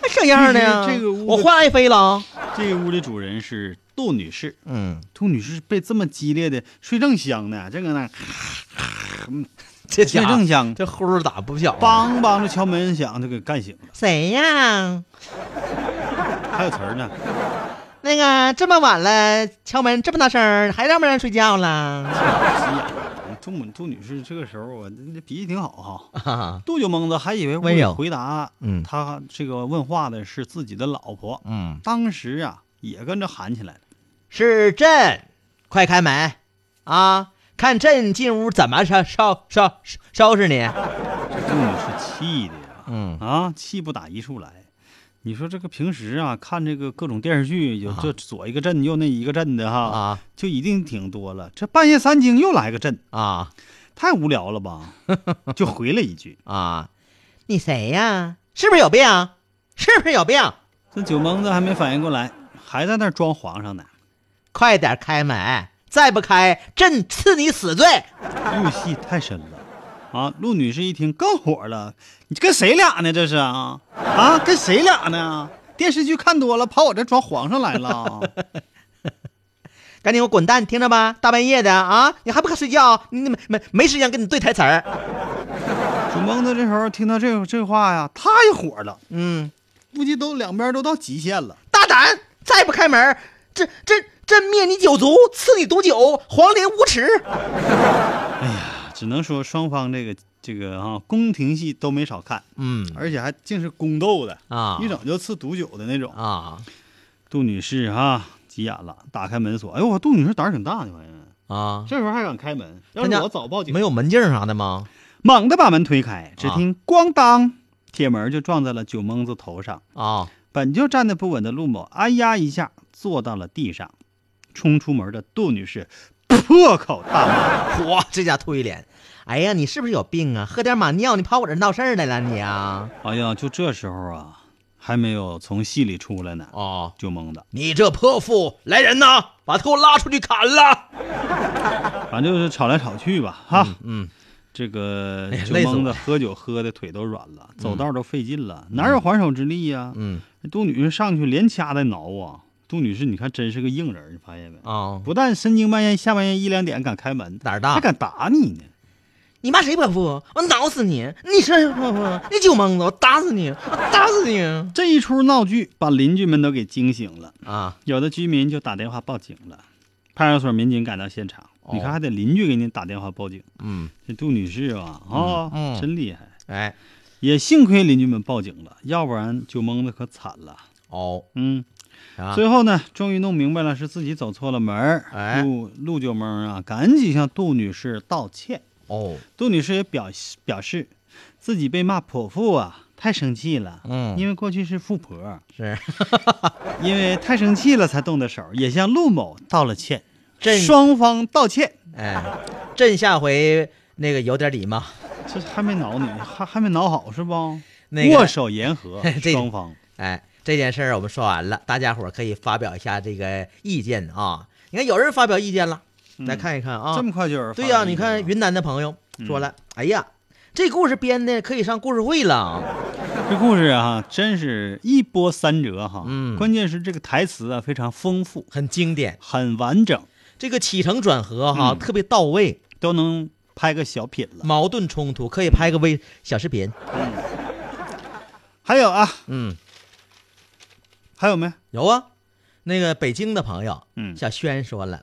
[SPEAKER 4] 还这样的呀？
[SPEAKER 3] 这个屋子
[SPEAKER 4] 我换爱妃了啊。
[SPEAKER 3] 这个屋的主人是杜女士，
[SPEAKER 4] 嗯，
[SPEAKER 3] 杜女士被这么激烈的睡正香呢，这个呢睡
[SPEAKER 4] 这家
[SPEAKER 3] 正香，
[SPEAKER 4] 这呼噜打不小、啊。
[SPEAKER 3] 梆梆的敲门响就给干醒了。
[SPEAKER 4] 谁呀？
[SPEAKER 3] 还有词儿呢，
[SPEAKER 4] 那个这么晚了，敲门这么大声儿，还让不让人睡 觉了？
[SPEAKER 3] 杜母杜女士这个时候我这脾气挺好哈。
[SPEAKER 4] 啊，
[SPEAKER 3] 杜九蒙子还以为
[SPEAKER 4] 温柔
[SPEAKER 3] 回答
[SPEAKER 4] 嗯
[SPEAKER 3] 他这个问话的是自己的老婆，
[SPEAKER 4] 嗯，
[SPEAKER 3] 当时啊也跟着喊起来了。
[SPEAKER 4] 是朕，快开门啊！看朕进屋怎么收收收收拾你。
[SPEAKER 3] 这杜女士嗯气的呀，
[SPEAKER 4] 嗯
[SPEAKER 3] 啊，气不打一处来。你说这个平时啊，看这个各种电视剧，有这左一个阵，右那一个阵的哈，
[SPEAKER 4] 啊
[SPEAKER 3] 就一定挺多了。这半夜三更又来个阵，
[SPEAKER 4] 啊
[SPEAKER 3] 太无聊了吧？就回了一句。
[SPEAKER 4] 啊！你谁呀？是不是有病？是不是有病？
[SPEAKER 3] 这酒蒙子还没反应过来，还在那儿装皇上呢。
[SPEAKER 4] 快点开门！再不开，朕赐你死罪！
[SPEAKER 3] 入戏太深了啊！陆女士一听更火了，你跟谁俩呢？这是啊啊，跟谁俩呢？电视剧看多了，跑我这装皇上来了。
[SPEAKER 4] 赶紧给我滚蛋！你听着吧，大半夜的啊，你还不快睡觉？你没没没时间跟你对台词儿。
[SPEAKER 3] 酒蒙子这时候听到这这话呀，太火了，
[SPEAKER 4] 嗯，
[SPEAKER 3] 估计都两边都到极限了。
[SPEAKER 4] 大胆！再不开门，这这朕灭你九族，赐你毒酒，皇陵无耻。
[SPEAKER 3] 只能说双方这个这个哈、宫廷戏都没少看，
[SPEAKER 4] 嗯
[SPEAKER 3] 而且还净是宫斗的
[SPEAKER 4] 啊
[SPEAKER 3] 一整就赐毒酒的那种。
[SPEAKER 4] 啊
[SPEAKER 3] 杜女士哈、急眼了，打开门锁。哎呦，我杜女士胆儿挺大的，玩意儿，
[SPEAKER 4] 啊，
[SPEAKER 3] 这时候还敢开门，要
[SPEAKER 4] 她
[SPEAKER 3] 是
[SPEAKER 4] 家
[SPEAKER 3] 我早报警。
[SPEAKER 4] 没有，门禁啥的吗？
[SPEAKER 3] 猛地把门推开，只
[SPEAKER 4] 啊
[SPEAKER 3] 听咣当，铁门就撞在了酒蒙子头上。
[SPEAKER 4] 啊
[SPEAKER 3] 本就站得不稳的陆某，哎呀一下坐到了地上。冲出门的杜女士破口大骂
[SPEAKER 4] 嚯，这家推脸！哎呀，你是不是有病啊？喝点马尿，你跑我这儿闹事儿来了你啊？：“
[SPEAKER 3] 哎呀，就这时候啊，还没有从戏里出来呢。”
[SPEAKER 4] 哦，
[SPEAKER 3] 就蒙的，
[SPEAKER 4] 你这泼妇！来人呐，把他给我拉出去砍了！
[SPEAKER 3] 反正就是吵来吵去吧，哈。
[SPEAKER 4] 嗯，
[SPEAKER 3] 这个
[SPEAKER 4] 哎呀
[SPEAKER 3] 就
[SPEAKER 4] 累死
[SPEAKER 3] 蒙
[SPEAKER 4] 我
[SPEAKER 3] 的喝酒喝的腿都软了，走道都费劲了，哪有还手之力呀、
[SPEAKER 4] 嗯
[SPEAKER 3] 杜女士上去连掐带挠啊！杜女士，你看真是个硬人，你发现没？
[SPEAKER 4] 啊，
[SPEAKER 3] 不但深更半夜、下半夜一两点敢开门，
[SPEAKER 4] 胆儿
[SPEAKER 3] 还
[SPEAKER 4] 大！
[SPEAKER 3] 敢打你呢！
[SPEAKER 4] 你骂谁泼妇？我挠死你！你是泼妇？你酒蒙子，我打死你！我打死你！
[SPEAKER 3] 这一出闹剧把邻居们都给惊醒了，
[SPEAKER 4] 啊，
[SPEAKER 3] 有的居民就打电话报警了。派出所民警赶到现场，
[SPEAKER 4] 哦
[SPEAKER 3] 你看还得邻居给你打电话报警。
[SPEAKER 4] 嗯，
[SPEAKER 3] 这杜女士啊，啊、
[SPEAKER 4] 嗯嗯
[SPEAKER 3] 真厉害！
[SPEAKER 4] 哎，
[SPEAKER 3] 也幸亏邻居们报警了，要不然就蒙的可惨了。
[SPEAKER 4] 哦，
[SPEAKER 3] 嗯，
[SPEAKER 4] 啊
[SPEAKER 3] 最后呢，终于弄明白了是自己走错了门儿。
[SPEAKER 4] 哎
[SPEAKER 3] 陆陆九蒙啊，赶紧向杜女士道歉。
[SPEAKER 4] 哦，
[SPEAKER 3] 杜女士也表示表示自己被骂泼妇啊，太生气了。
[SPEAKER 4] 嗯
[SPEAKER 3] 因为过去是富婆，
[SPEAKER 4] 是，
[SPEAKER 3] 因为太生气了才动的手，也向陆某道了歉。
[SPEAKER 4] 朕
[SPEAKER 3] 双方道歉，
[SPEAKER 4] 哎，朕下回那个有点礼貌。
[SPEAKER 3] 这还没挠你，还还没挠好是不？
[SPEAKER 4] 那个，
[SPEAKER 3] 握手言和
[SPEAKER 4] 这
[SPEAKER 3] 双方。
[SPEAKER 4] 哎，这件事儿我们说完了，大家伙儿可以发表一下这个意见啊。你看，有人发表意见了，来看一看
[SPEAKER 3] 嗯
[SPEAKER 4] 啊。
[SPEAKER 3] 这么快就有人
[SPEAKER 4] 对
[SPEAKER 3] 发
[SPEAKER 4] 呀、
[SPEAKER 3] 了啊
[SPEAKER 4] 你
[SPEAKER 3] 意见
[SPEAKER 4] 看
[SPEAKER 3] 了
[SPEAKER 4] 云南的朋友说了，哎呀，这故事编的可以上故事会了。
[SPEAKER 3] 这故事啊，真是一波三折哈。
[SPEAKER 4] 嗯
[SPEAKER 3] 关键是这个台词啊非常丰富，
[SPEAKER 4] 很经典，
[SPEAKER 3] 很完整，
[SPEAKER 4] 这个起承转合哈、
[SPEAKER 3] 嗯
[SPEAKER 4] 特别到位，
[SPEAKER 3] 都能拍个小品了。
[SPEAKER 4] 矛盾冲突可以拍个微小视频。
[SPEAKER 3] 还有啊，
[SPEAKER 4] 嗯，
[SPEAKER 3] 还有没？
[SPEAKER 4] 有啊，那个北京的朋友，
[SPEAKER 3] 嗯
[SPEAKER 4] 小轩说了，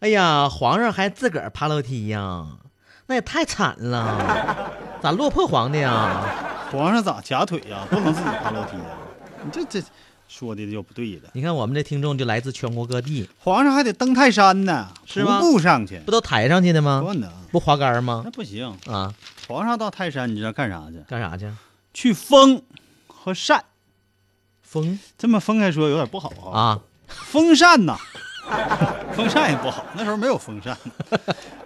[SPEAKER 4] 哎呀，皇上还自个儿爬楼梯呀，那也太惨了，咋落魄皇帝啊呀？
[SPEAKER 3] 皇上咋夹腿呀、不能自己爬楼梯呀、 你这这说的就不对的。
[SPEAKER 4] 你看我们这听众就来自全国各地，
[SPEAKER 3] 皇上还得登泰山呢，
[SPEAKER 4] 是
[SPEAKER 3] 徒
[SPEAKER 4] 吗
[SPEAKER 3] 步上去
[SPEAKER 4] 不，都抬上去的吗
[SPEAKER 3] 不？能，
[SPEAKER 4] 不滑杆吗
[SPEAKER 3] 那？不行。
[SPEAKER 4] 啊，
[SPEAKER 3] 皇上到泰山，你知道干啥去？
[SPEAKER 4] 干啥去？
[SPEAKER 3] 去封和善。
[SPEAKER 4] 风
[SPEAKER 3] 这么分开说有点不好啊。
[SPEAKER 4] 啊，
[SPEAKER 3] 风扇呐， 风扇也不好，那时候没有风扇。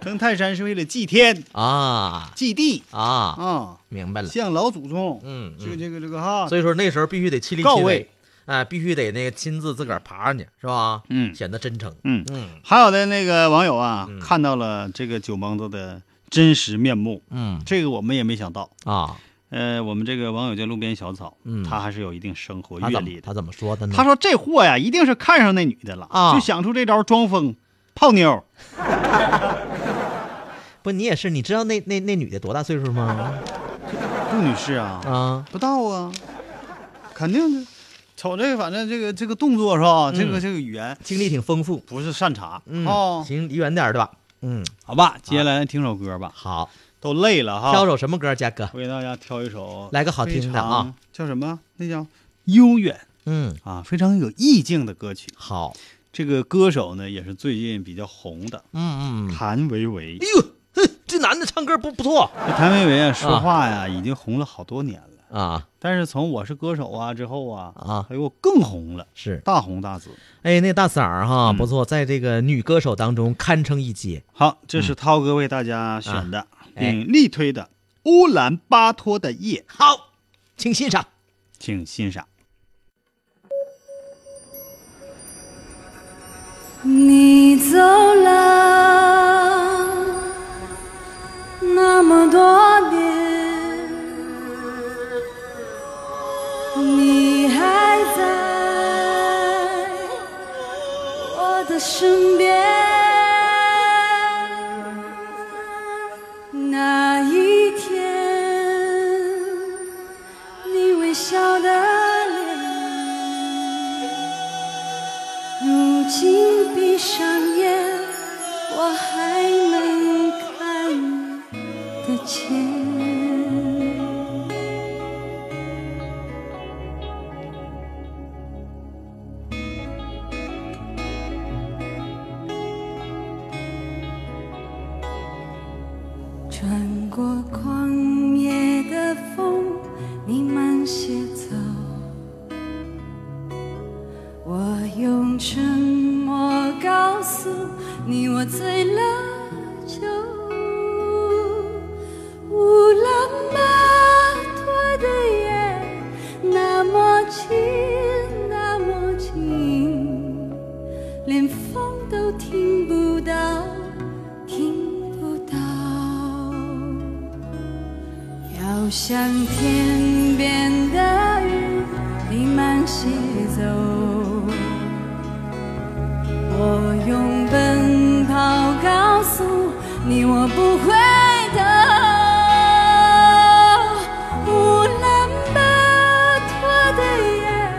[SPEAKER 3] 登泰山是为了祭天、
[SPEAKER 4] 啊
[SPEAKER 3] 祭地
[SPEAKER 4] 啊，
[SPEAKER 3] 啊，
[SPEAKER 4] 明白了。
[SPEAKER 3] 向老祖宗，
[SPEAKER 4] 嗯嗯
[SPEAKER 3] 这个这个这个哈，
[SPEAKER 4] 所以说那时候必须得亲力
[SPEAKER 3] 告
[SPEAKER 4] 亲为
[SPEAKER 3] 慰，
[SPEAKER 4] 哎，必须得那个亲自自个儿爬上去，是吧？
[SPEAKER 3] 嗯
[SPEAKER 4] 显得真诚。
[SPEAKER 3] 嗯。
[SPEAKER 4] 嗯
[SPEAKER 3] 还有的那个网友啊，
[SPEAKER 4] 嗯
[SPEAKER 3] 看到了这个酒蒙子的真实面目，
[SPEAKER 4] 嗯
[SPEAKER 3] 这个我们也没想到。
[SPEAKER 4] 啊，
[SPEAKER 3] 呃，我们这个网友叫路边小草，
[SPEAKER 4] 嗯
[SPEAKER 3] 他还是有一定生活
[SPEAKER 4] 他
[SPEAKER 3] 阅
[SPEAKER 4] 怎么
[SPEAKER 3] 历的。
[SPEAKER 4] 他怎么说的呢？
[SPEAKER 3] 他说这货呀，一定是看上那女的了，
[SPEAKER 4] 啊
[SPEAKER 3] 就想出这招装疯泡妞。
[SPEAKER 4] 不，你也是，你知道那那那女的多大岁数 吗？
[SPEAKER 3] 杜女士啊，
[SPEAKER 4] 啊，
[SPEAKER 3] 不到啊，肯定的。瞅这个，反正这个这个动作是吧？这个
[SPEAKER 4] 嗯
[SPEAKER 3] 这个语言
[SPEAKER 4] 经历挺丰富。
[SPEAKER 3] 不是善茬
[SPEAKER 4] 嗯，
[SPEAKER 3] 哦。
[SPEAKER 4] 行，离远点儿对吧？嗯，
[SPEAKER 3] 好吧，接下来听首歌吧，
[SPEAKER 4] 好，
[SPEAKER 3] 都累了哈。
[SPEAKER 4] 挑首什么歌，佳哥？
[SPEAKER 3] 我给大家挑一首
[SPEAKER 4] 来个好听的
[SPEAKER 3] 非
[SPEAKER 4] 啊。
[SPEAKER 3] 常，叫什么？那叫悠远
[SPEAKER 4] 嗯，
[SPEAKER 3] 啊，非常有意境的歌曲。
[SPEAKER 4] 好，
[SPEAKER 3] 这个歌手呢，也是最近比较红的，
[SPEAKER 4] 嗯嗯。嗯
[SPEAKER 3] 谭维维
[SPEAKER 4] 哎。呦，哼，这男的唱歌不不错
[SPEAKER 3] 这谭维维啊，说话呀，已经红了好多年了。
[SPEAKER 4] 啊，
[SPEAKER 3] 但是从《我是歌手》啊之后啊，
[SPEAKER 4] 啊
[SPEAKER 3] 哎呦，更红了，
[SPEAKER 4] 是。
[SPEAKER 3] 大红大紫。
[SPEAKER 4] 哎，那大嗓儿哈、
[SPEAKER 3] 嗯
[SPEAKER 4] 不错，在这个女歌手当中堪称一姐。
[SPEAKER 3] 好，这是涛哥为大家选的，
[SPEAKER 4] 哎
[SPEAKER 3] 并力推的《乌兰巴托的夜》，
[SPEAKER 4] 好，请欣赏。
[SPEAKER 3] 请欣赏。
[SPEAKER 8] 你走了那么多年，你还在我的身边。那一天，你微笑的脸。如今
[SPEAKER 5] 醉了就乌拉马托的夜，那么近，那么近，连风都听不到，听不到。要向天边的云弥漫西走，我用奔跑告诉你，我不回头。乌兰巴托的夜，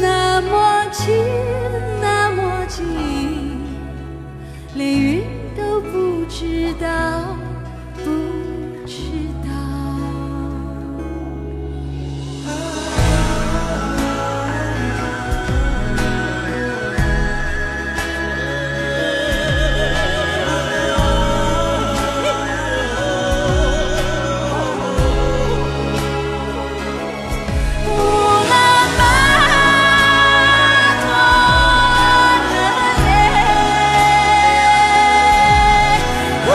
[SPEAKER 5] 那么近，那么近，连云都不知道，不知道。乌拉巴托的夜，呜，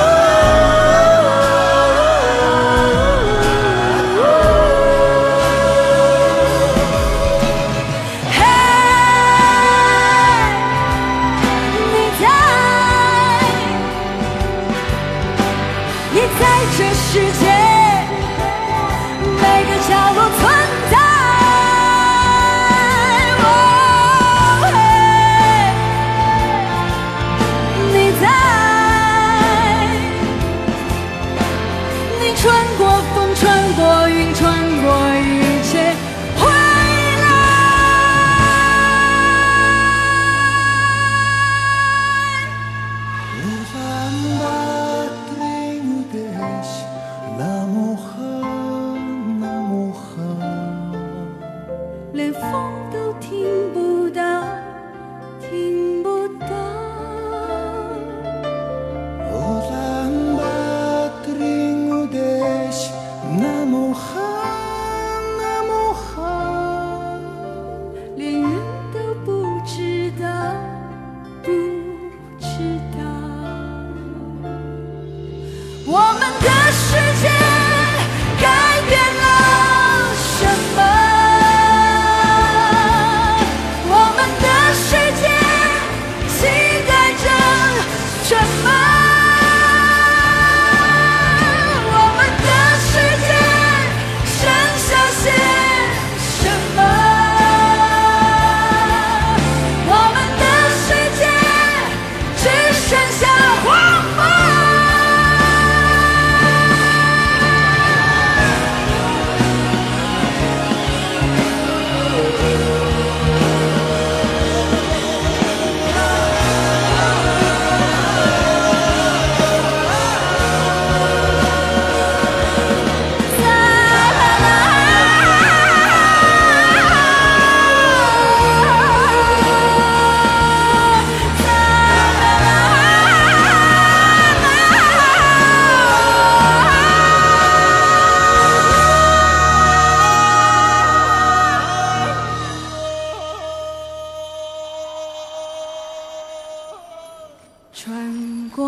[SPEAKER 5] 嘿，你在，你在这世界。每个角落存在。哦嘿你在，你穿过风，穿过云，穿过一切，回连风都听不到，听不到。连人都不知道，不知道。我们的世界改变了什么？我们的世界期待着什么？我们的世界剩下些什么？我们的世界只剩下荒漠。穿过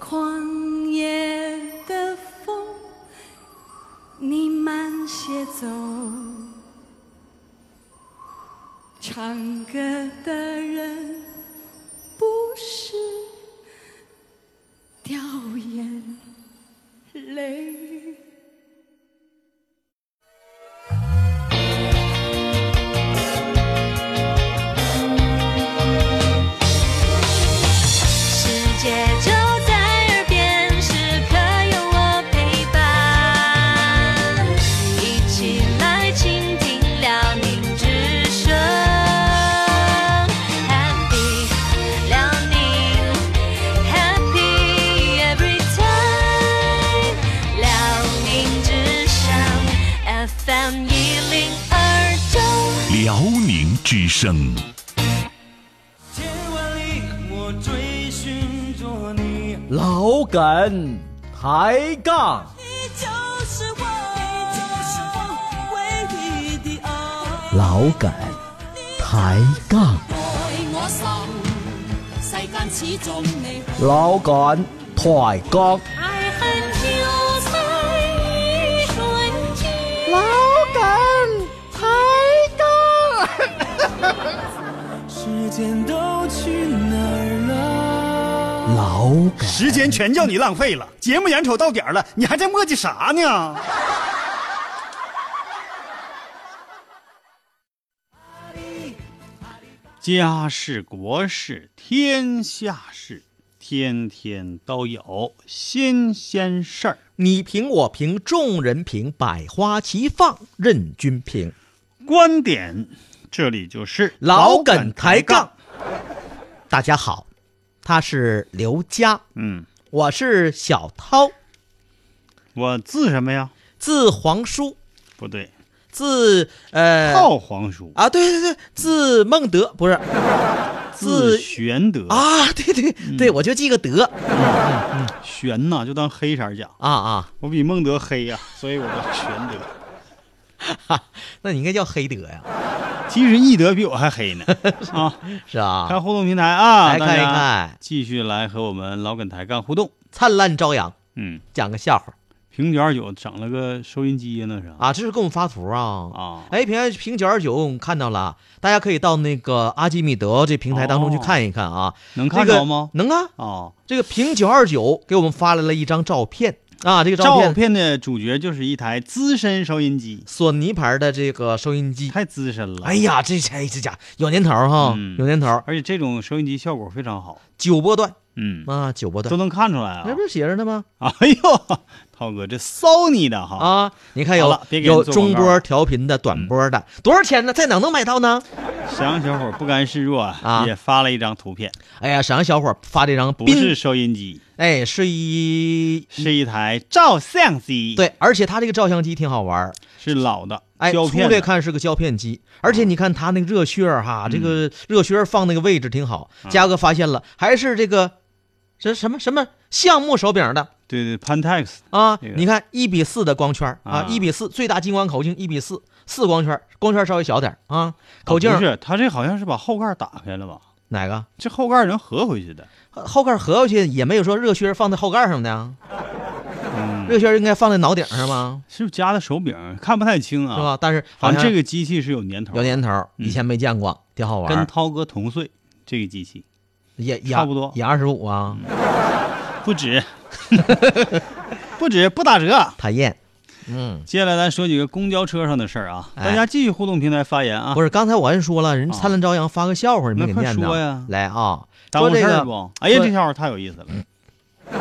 [SPEAKER 5] 旷野的风，你慢些走。唱歌的人不是掉眼泪。世界就在耳边，时刻有我陪伴。一起来倾听辽宁之声，Happy 辽宁，Happy every time。辽宁之声 FM 一零二九。
[SPEAKER 9] 辽宁之声。
[SPEAKER 10] 千万里，我追寻着你。
[SPEAKER 4] 老梗抬杠。
[SPEAKER 5] 你就是我，唯一的爱。
[SPEAKER 11] 老梗抬杠。
[SPEAKER 5] 爱我心，世界
[SPEAKER 8] 但始終你
[SPEAKER 6] 老感抬杠，
[SPEAKER 8] 愛恨就在一瞬間。
[SPEAKER 5] 老梗抬杠。
[SPEAKER 2] 时间都去哪儿了？
[SPEAKER 6] 老感
[SPEAKER 1] 时间全叫你浪费了，节目眼瞅到点儿了，你还在磨叽啥呢？
[SPEAKER 3] 家事国事天下事，天天都有新鲜事儿。
[SPEAKER 4] 你评我评众人评，百花齐放任君评。
[SPEAKER 3] 观点，这里就是
[SPEAKER 4] 老梗抬杠。。大家好，他是刘佳，
[SPEAKER 3] 嗯，
[SPEAKER 4] 我是小涛，
[SPEAKER 3] 我字什么呀？
[SPEAKER 4] 字皇叔，
[SPEAKER 3] 不对，
[SPEAKER 4] 字呃
[SPEAKER 3] 套皇叔，
[SPEAKER 4] 啊，对对对，字孟德，不是
[SPEAKER 3] 字
[SPEAKER 4] 字
[SPEAKER 3] 玄德。
[SPEAKER 4] 啊，对对对，我就记个德
[SPEAKER 3] 玄呐，就当黑色儿讲。
[SPEAKER 4] 啊啊，
[SPEAKER 3] 我比孟德黑呀、所以我叫玄德。
[SPEAKER 4] 那你应该叫黑德呀，
[SPEAKER 3] 其实义德比我还黑呢啊！
[SPEAKER 4] 是吧？
[SPEAKER 3] 看互动平台啊，
[SPEAKER 4] 来看
[SPEAKER 3] 大
[SPEAKER 4] 一
[SPEAKER 3] 家
[SPEAKER 4] 看
[SPEAKER 3] 继续来和我们老梗抬杠互动。
[SPEAKER 4] 灿烂朝阳，
[SPEAKER 3] 嗯，
[SPEAKER 4] 讲个笑话
[SPEAKER 3] 平九二九整了个收音机呀，那是啊
[SPEAKER 4] 啊，这是给我们发图啊。
[SPEAKER 3] 啊，
[SPEAKER 4] 哎，平安平九二九，我们看到了啊，大家可以到那个阿基米德这平台当中去
[SPEAKER 3] 哦
[SPEAKER 4] 看一看啊。
[SPEAKER 3] 能看
[SPEAKER 4] 这个
[SPEAKER 3] 着吗？
[SPEAKER 4] 能啊，
[SPEAKER 3] 啊，
[SPEAKER 4] 这个平九二九给我们发来了一张照片啊，这个照
[SPEAKER 3] 照
[SPEAKER 4] 片
[SPEAKER 3] 片的主角就是一台资深收音机，
[SPEAKER 4] 索尼牌的这个收音机。
[SPEAKER 3] 太资深了。
[SPEAKER 4] 哎，呀，这哎这家伙有年头儿哈，
[SPEAKER 3] 嗯
[SPEAKER 4] 有年头儿，
[SPEAKER 3] 而且这种收音机效果非常好，
[SPEAKER 4] 九波段
[SPEAKER 3] 嗯，
[SPEAKER 4] 啊，九波
[SPEAKER 3] 都
[SPEAKER 4] 段，
[SPEAKER 3] 能看出来啊
[SPEAKER 4] 那。不是写着呢吗？
[SPEAKER 3] 哎呦，涛哥这骚你的哈！
[SPEAKER 4] 啊，你
[SPEAKER 3] 哦
[SPEAKER 4] 看
[SPEAKER 3] 好
[SPEAKER 4] 有
[SPEAKER 3] 了别给人
[SPEAKER 4] 有
[SPEAKER 3] 做广
[SPEAKER 4] 中
[SPEAKER 3] 告嗯
[SPEAKER 4] 波调频的、短波的，多少钱呢？在哪能买到呢？
[SPEAKER 3] 沈阳小伙不甘示弱啊
[SPEAKER 4] 啊，
[SPEAKER 3] 也发了一张图片，
[SPEAKER 4] 哎呀，沈阳小伙发这张
[SPEAKER 3] 不是
[SPEAKER 4] 宾，
[SPEAKER 3] 收音机，
[SPEAKER 4] 哎，是一
[SPEAKER 3] 是一台照相机，，
[SPEAKER 4] 对，而且他这个照相机挺好玩儿，
[SPEAKER 3] 是老的
[SPEAKER 4] 哎，
[SPEAKER 3] 胶
[SPEAKER 4] 粗
[SPEAKER 3] 片
[SPEAKER 4] 略
[SPEAKER 3] 的，
[SPEAKER 4] 看是个胶片机，而且你看它那个热靴儿
[SPEAKER 3] 嗯
[SPEAKER 4] 哈，这个热靴儿放那个位置挺好。嘉哥发现了，还是这个这什么什么橡木手柄的
[SPEAKER 3] 对对，Pantex
[SPEAKER 4] 啊？
[SPEAKER 3] 这个
[SPEAKER 4] 你看一比四的光圈儿
[SPEAKER 3] 啊
[SPEAKER 4] 啊，一比四最大近光口径一比四，四光圈儿，光圈儿稍微小点儿啊，口径
[SPEAKER 3] 不是，他这好像是把后盖打开了吧？
[SPEAKER 4] 哪个？
[SPEAKER 3] 这后盖能合回去的，
[SPEAKER 4] 后后盖合过去也没有说热靴放在后盖上的啊，
[SPEAKER 3] 嗯
[SPEAKER 4] 热靴应该放在脑顶上吗？
[SPEAKER 3] 是不是夹的手柄看不太清
[SPEAKER 4] 是
[SPEAKER 3] 啊？
[SPEAKER 4] 吧？但是
[SPEAKER 3] 好
[SPEAKER 4] 好
[SPEAKER 3] 像
[SPEAKER 4] 像
[SPEAKER 3] 这个机器是有年头，
[SPEAKER 4] 有年头儿，以前没见过，挺好玩
[SPEAKER 3] 跟
[SPEAKER 4] 儿，
[SPEAKER 3] 涛哥同岁，这个机器
[SPEAKER 4] 也也
[SPEAKER 3] 差不多嗯
[SPEAKER 4] 也二十五啊。
[SPEAKER 3] 不止， 不止不打折。
[SPEAKER 4] 讨厌，嗯，
[SPEAKER 3] 接下来咱说几个公交车上的事儿啊，
[SPEAKER 4] 哎
[SPEAKER 3] 大家继续互动平台发言啊
[SPEAKER 4] 不，是，刚才我还说了，人灿烂朝阳发个笑话，你没给
[SPEAKER 3] 那快
[SPEAKER 4] 念呢。
[SPEAKER 3] 说呀
[SPEAKER 4] 来啊，
[SPEAKER 3] 耽误
[SPEAKER 4] 说这
[SPEAKER 3] 事儿
[SPEAKER 4] 个
[SPEAKER 3] 不？哎呀，
[SPEAKER 4] 说
[SPEAKER 3] 这笑话太有意思了，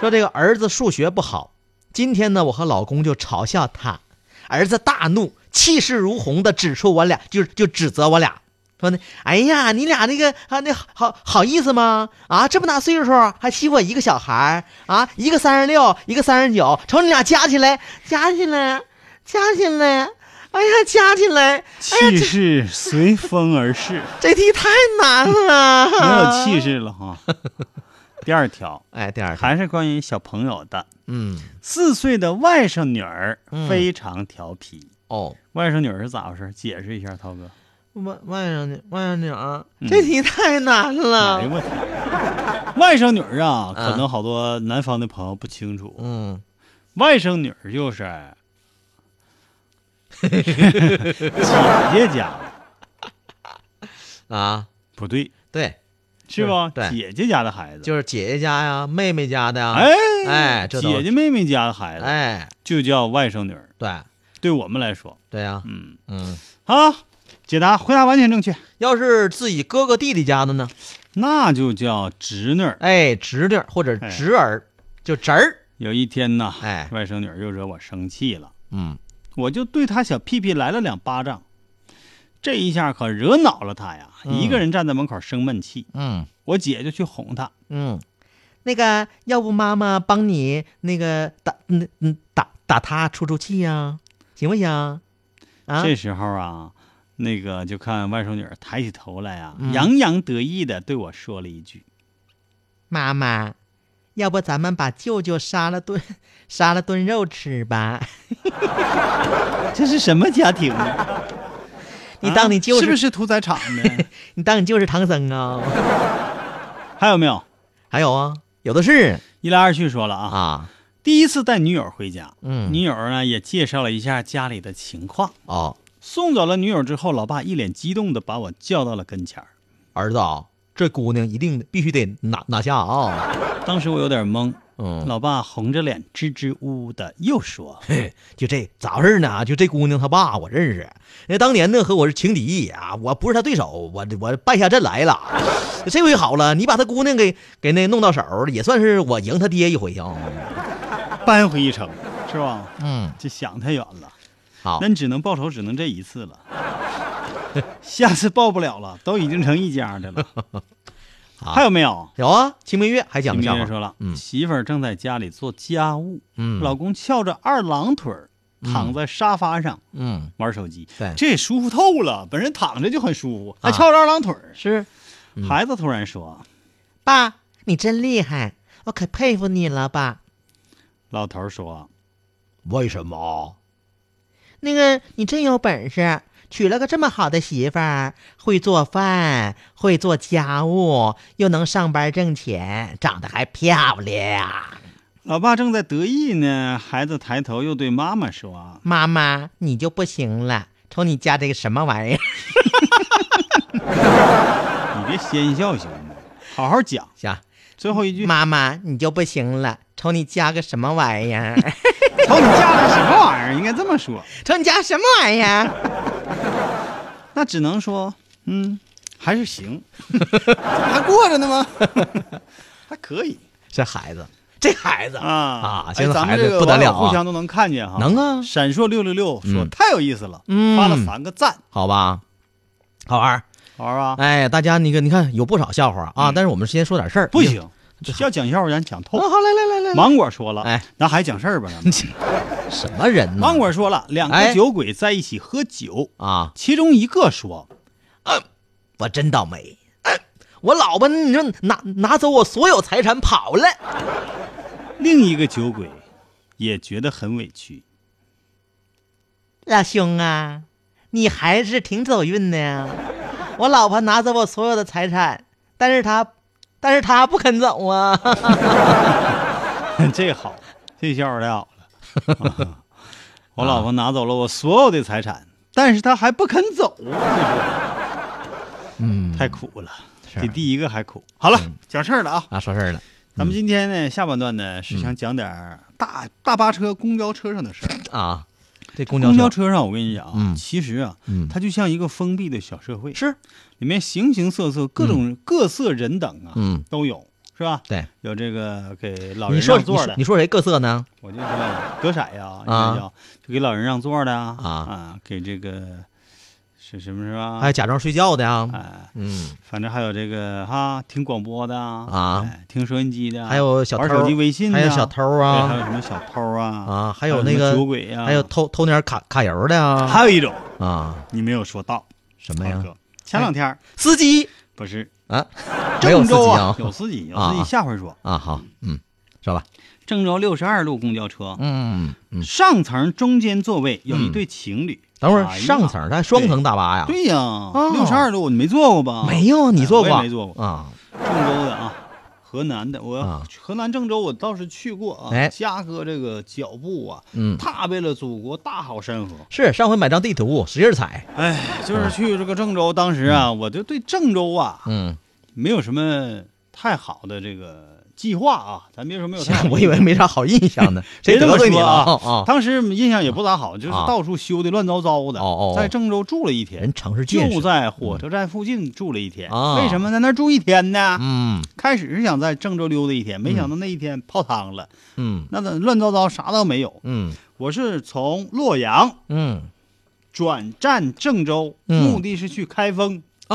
[SPEAKER 4] 说这个儿子数学不好，今天呢，我和老公就嘲笑他，儿子大怒，气势如虹的指出我俩，就就指责我俩。说呢，哎呀，你俩那个啊，那好好意思吗？啊，这么大岁数还欺负我一个小孩儿啊，一个三十六，一个三十九，瞅你俩加起来，加起来，加起来，哎呀，加起来，哎呀，
[SPEAKER 3] 气势随风而逝，
[SPEAKER 4] 这这题太难了，
[SPEAKER 3] 没有气势了哈。第二条
[SPEAKER 4] 哎，第二条，
[SPEAKER 3] 还是关于小朋友的，
[SPEAKER 4] 嗯，
[SPEAKER 3] 四岁的外甥女儿
[SPEAKER 4] 嗯
[SPEAKER 3] 非常调皮。
[SPEAKER 4] 哦，
[SPEAKER 3] 外甥女儿是咋回事？解释一下，涛哥。
[SPEAKER 4] 外外甥女，外甥女儿，
[SPEAKER 3] 嗯
[SPEAKER 4] 这题太难
[SPEAKER 3] 哎
[SPEAKER 4] 了
[SPEAKER 3] 呦。我天！外甥女儿啊，
[SPEAKER 4] 啊
[SPEAKER 3] 可能好多南方的朋友不清楚，
[SPEAKER 4] 嗯，
[SPEAKER 3] 外甥女儿 就是姐姐家的，
[SPEAKER 4] 啊，
[SPEAKER 3] 不对，
[SPEAKER 4] 对，
[SPEAKER 3] 是吧？
[SPEAKER 4] 对
[SPEAKER 3] 姐姐家的孩子，
[SPEAKER 4] 就是姐姐家呀，妹妹家的呀，
[SPEAKER 3] 哎
[SPEAKER 4] 哎这都
[SPEAKER 3] 姐姐妹妹家的孩子
[SPEAKER 4] 哎，
[SPEAKER 3] 就叫外甥女儿。
[SPEAKER 4] 对
[SPEAKER 3] 对我们来说，
[SPEAKER 4] 对呀，
[SPEAKER 3] 嗯，
[SPEAKER 4] 嗯，
[SPEAKER 3] 好，解答回答完全正确，
[SPEAKER 4] 要是自己哥哥弟弟家的呢，
[SPEAKER 3] 那就叫侄女儿。
[SPEAKER 4] 哎，侄女或者侄儿，就侄儿，
[SPEAKER 3] 有一天呐，
[SPEAKER 4] 哎
[SPEAKER 3] 外甥女儿又惹我生气了。
[SPEAKER 4] 嗯，
[SPEAKER 3] 我就对他小屁屁来了两巴掌，这一下可惹恼了他呀，
[SPEAKER 4] 嗯
[SPEAKER 3] 一个人站在门口生闷气。
[SPEAKER 4] 嗯
[SPEAKER 3] 我姐就去哄他，
[SPEAKER 4] 嗯，那个，要不妈妈帮你那个打，嗯嗯，打打他出出气呀，行不行？啊，
[SPEAKER 3] 这时候啊，那个就看外甥女儿抬起头来啊，
[SPEAKER 4] 嗯
[SPEAKER 3] 洋洋得意的对我说了一句
[SPEAKER 4] 妈妈，要不咱们把舅舅杀了炖， 杀了炖肉吃吧？：“
[SPEAKER 3] 这是什么家庭呢？
[SPEAKER 4] 你当你舅
[SPEAKER 3] 是不
[SPEAKER 4] 啊是
[SPEAKER 3] 是屠宰场呢？
[SPEAKER 4] 你当你舅是唐僧啊、
[SPEAKER 3] 还有没有？
[SPEAKER 4] 还有啊，有的是
[SPEAKER 3] 一来二去说了啊，
[SPEAKER 4] 啊，
[SPEAKER 3] 第一次带女友回家，
[SPEAKER 4] 嗯
[SPEAKER 3] 女友呢也介绍了一下家里的情况。
[SPEAKER 4] 哦，
[SPEAKER 3] 送走了女友之后，老爸一脸激动的把我叫到了跟前儿。
[SPEAKER 4] 儿子啊，这姑娘一定必须得拿拿下 啊，
[SPEAKER 3] 当时我有点懵，
[SPEAKER 4] 嗯，
[SPEAKER 3] 老爸红着脸支支吾吾的又说
[SPEAKER 4] 嘿，就这咋回事呢？就这姑娘她爸我认识，那当年呢和我是情敌啊，我不是她对手，我我败下阵来了。这回好了，你把她姑娘给给那弄到手，也算是我赢他爹一回啊。：“
[SPEAKER 3] 扳回一城，是吧？”
[SPEAKER 4] 嗯，
[SPEAKER 3] 这想太远了，
[SPEAKER 4] 好
[SPEAKER 3] 那，你只能报仇，只能这一次了， 下次报不了了，都已经成一家的了。
[SPEAKER 4] 好
[SPEAKER 3] 还有没有？
[SPEAKER 4] 有啊，清明月还讲
[SPEAKER 3] 你
[SPEAKER 4] 个笑
[SPEAKER 3] 别
[SPEAKER 4] 话，
[SPEAKER 3] 说了，
[SPEAKER 4] 嗯
[SPEAKER 3] 媳妇儿正在家里做家务，
[SPEAKER 4] 嗯，
[SPEAKER 3] 老公翘着二郎腿儿躺在沙发上
[SPEAKER 4] 嗯
[SPEAKER 3] 玩手机，
[SPEAKER 4] 对
[SPEAKER 3] 这也舒服透了。本人躺着就很舒服，还
[SPEAKER 4] 啊嗯
[SPEAKER 3] 翘着二郎腿儿。
[SPEAKER 4] 是
[SPEAKER 3] 孩子突然说
[SPEAKER 4] 爸，你真厉害，我可佩服你了，爸。：“
[SPEAKER 3] 老头儿说，
[SPEAKER 4] 为什么？那个你真有本事，娶了个这么好的媳妇儿，会做饭，会做家务，又能上班挣钱，长得还漂亮。
[SPEAKER 3] 老爸正在得意呢。”孩子抬头又对妈妈说
[SPEAKER 4] 妈妈，你就不行了，瞅你家这个什么玩意儿。：“
[SPEAKER 3] 你别先笑行吗？好好讲。
[SPEAKER 4] 行，”
[SPEAKER 3] 最后一句，
[SPEAKER 4] 妈妈你就不行了，瞅你家个什么玩意儿，
[SPEAKER 3] 瞅你嫁的什么玩意儿？应该这么说，
[SPEAKER 4] 瞅你家什么玩意儿。
[SPEAKER 3] 那只能说，嗯，还是行，
[SPEAKER 1] 还过着呢吗？
[SPEAKER 3] 还可以
[SPEAKER 4] 这孩子，这孩子
[SPEAKER 3] 啊
[SPEAKER 4] 啊，
[SPEAKER 3] 哎
[SPEAKER 4] 现在
[SPEAKER 3] 咱
[SPEAKER 4] 孩
[SPEAKER 3] 们这
[SPEAKER 4] 子
[SPEAKER 3] 个
[SPEAKER 4] 不得
[SPEAKER 3] 网
[SPEAKER 4] 了
[SPEAKER 3] 友互
[SPEAKER 4] 啊
[SPEAKER 3] 相，都能看见哈，
[SPEAKER 4] 能啊
[SPEAKER 3] 闪烁六六六说
[SPEAKER 4] 嗯
[SPEAKER 3] 太有意思了，
[SPEAKER 4] 嗯
[SPEAKER 3] 发了三个赞，
[SPEAKER 4] 好吧，好玩儿。
[SPEAKER 3] 好玩吧？
[SPEAKER 4] 哎，大家那个你看有不少笑话啊，但是我们先说点事儿，
[SPEAKER 3] 嗯不行，要讲笑话咱讲透
[SPEAKER 4] 哎嗯。。好，来来来来，
[SPEAKER 3] 芒果说了，
[SPEAKER 4] 哎，
[SPEAKER 3] 咱还讲事儿吧？ 咱们
[SPEAKER 4] 什么人呢？
[SPEAKER 3] 芒果说了，两个
[SPEAKER 4] 哎
[SPEAKER 3] 酒鬼在一起喝酒，
[SPEAKER 4] 啊，
[SPEAKER 3] 其中一个说
[SPEAKER 4] 我真倒霉，哎我老婆你说拿拿走我所有财产跑了，
[SPEAKER 3] 另一个酒鬼也觉得很委屈。
[SPEAKER 4] 老兄啊，你还是挺走运的呀。我老婆拿走我所有的财产，但是她，但是她不肯走啊。
[SPEAKER 3] 这好，这笑话太好了。啊我老婆拿走了我所有的财产，但是她还不肯走，
[SPEAKER 4] 嗯
[SPEAKER 3] 太苦了，
[SPEAKER 4] 是
[SPEAKER 3] 比第一个还苦。好了，讲事儿了啊。
[SPEAKER 4] 啊，说事儿了，
[SPEAKER 3] 咱们今天呢，下半段呢是
[SPEAKER 4] 嗯
[SPEAKER 3] 想讲点儿大大巴车、公交车上的事儿。
[SPEAKER 4] 啊，这公交
[SPEAKER 3] 公交
[SPEAKER 4] 车
[SPEAKER 3] 车上，我跟你讲啊，
[SPEAKER 4] 嗯
[SPEAKER 3] 其实啊，
[SPEAKER 4] 嗯
[SPEAKER 3] 它就像一个封闭的小社会，
[SPEAKER 4] 是，
[SPEAKER 3] 里面形形色色、各种、各色人等啊，
[SPEAKER 4] 嗯，
[SPEAKER 3] 都有，是吧？
[SPEAKER 4] 对，
[SPEAKER 3] 有这个给老
[SPEAKER 4] 你
[SPEAKER 3] 人
[SPEAKER 4] 说
[SPEAKER 3] 让
[SPEAKER 4] 你
[SPEAKER 3] 座
[SPEAKER 4] 说
[SPEAKER 3] 的，
[SPEAKER 4] 你说谁各色呢？
[SPEAKER 3] 我就说隔色呀，应该叫就给老人让座的啊
[SPEAKER 4] 啊
[SPEAKER 3] 给这个是什么是吧？
[SPEAKER 4] 还有假装睡觉的呀，
[SPEAKER 3] 哎
[SPEAKER 4] 嗯，
[SPEAKER 3] 反正还有这个哈，听广播的啊
[SPEAKER 4] 啊
[SPEAKER 3] 哎听收音机的啊，
[SPEAKER 4] 还有小偷
[SPEAKER 3] 玩手机微信的
[SPEAKER 4] 还
[SPEAKER 3] 啊，
[SPEAKER 4] 有小偷
[SPEAKER 3] 对
[SPEAKER 4] 啊
[SPEAKER 3] 还，有啊什么小偷啊
[SPEAKER 4] 啊，还
[SPEAKER 3] 还
[SPEAKER 4] 有
[SPEAKER 3] 有
[SPEAKER 4] 那
[SPEAKER 3] 什么
[SPEAKER 4] 个
[SPEAKER 3] 酒鬼呀
[SPEAKER 4] 还有偷偷点卡卡油的啊，
[SPEAKER 3] 还有一种
[SPEAKER 4] 啊
[SPEAKER 3] 你没有说到，
[SPEAKER 4] 什么
[SPEAKER 3] 二
[SPEAKER 4] 呀？
[SPEAKER 3] 哥，前两天儿
[SPEAKER 4] 司机
[SPEAKER 3] 不是
[SPEAKER 4] 啊，没有
[SPEAKER 3] 郑
[SPEAKER 4] 司
[SPEAKER 3] 州
[SPEAKER 4] 机
[SPEAKER 3] 啊
[SPEAKER 4] 啊，
[SPEAKER 3] 有司机有
[SPEAKER 4] 啊
[SPEAKER 3] 司机，下回说
[SPEAKER 4] 啊，好，嗯，说吧，
[SPEAKER 3] 郑州六十二路公交车。
[SPEAKER 4] 嗯嗯，
[SPEAKER 3] 上层中间座位有一
[SPEAKER 4] 嗯
[SPEAKER 3] 对情侣，
[SPEAKER 4] 等会
[SPEAKER 3] 哎
[SPEAKER 4] 儿
[SPEAKER 3] 呀
[SPEAKER 4] 上层它双层大巴呀，
[SPEAKER 3] 对呀、六十二路你没坐过吧？
[SPEAKER 4] 啊哦没有，啊你坐
[SPEAKER 3] 哎
[SPEAKER 4] 过
[SPEAKER 3] 我也没坐过。
[SPEAKER 4] 啊？
[SPEAKER 3] 郑州的啊，河南的，我、
[SPEAKER 4] 啊
[SPEAKER 3] 河南郑州我倒是去过啊。
[SPEAKER 4] 哎
[SPEAKER 3] 嘉哥这个脚步啊，
[SPEAKER 4] 嗯
[SPEAKER 3] 踏遍了祖国大好山河。
[SPEAKER 4] 是上回买张地图，使劲踩，
[SPEAKER 3] 哎，就是去这个郑州，当时啊，我就对郑州啊
[SPEAKER 4] 嗯，
[SPEAKER 3] 没有什么太好的这个计划啊，咱别说没有太好的计
[SPEAKER 4] 行，
[SPEAKER 3] 划。
[SPEAKER 4] 我以为没啥好印象 呢，谁
[SPEAKER 3] 别这
[SPEAKER 4] 得
[SPEAKER 3] 么
[SPEAKER 4] 罪你
[SPEAKER 3] 说
[SPEAKER 4] 了
[SPEAKER 3] 啊
[SPEAKER 4] 啊？啊
[SPEAKER 3] 当时印象也不咋好，就是
[SPEAKER 4] 啊
[SPEAKER 3] 到处修的乱糟糟的。
[SPEAKER 4] 哦哦哦
[SPEAKER 3] 在郑州住了一天
[SPEAKER 4] 人，城市建
[SPEAKER 3] 就
[SPEAKER 4] 设，
[SPEAKER 3] 在火车站附近住了一天。
[SPEAKER 4] 啊
[SPEAKER 3] 为什么在那儿住一天呢？
[SPEAKER 4] 嗯
[SPEAKER 3] 开始是想在郑州溜达一天，没想到那一天泡汤了，
[SPEAKER 4] 嗯
[SPEAKER 3] 那怎乱糟糟啥都没有。
[SPEAKER 4] 嗯
[SPEAKER 3] 我是从洛阳
[SPEAKER 4] 嗯
[SPEAKER 3] 转战郑州，
[SPEAKER 4] 嗯
[SPEAKER 3] 目的是去开封，明白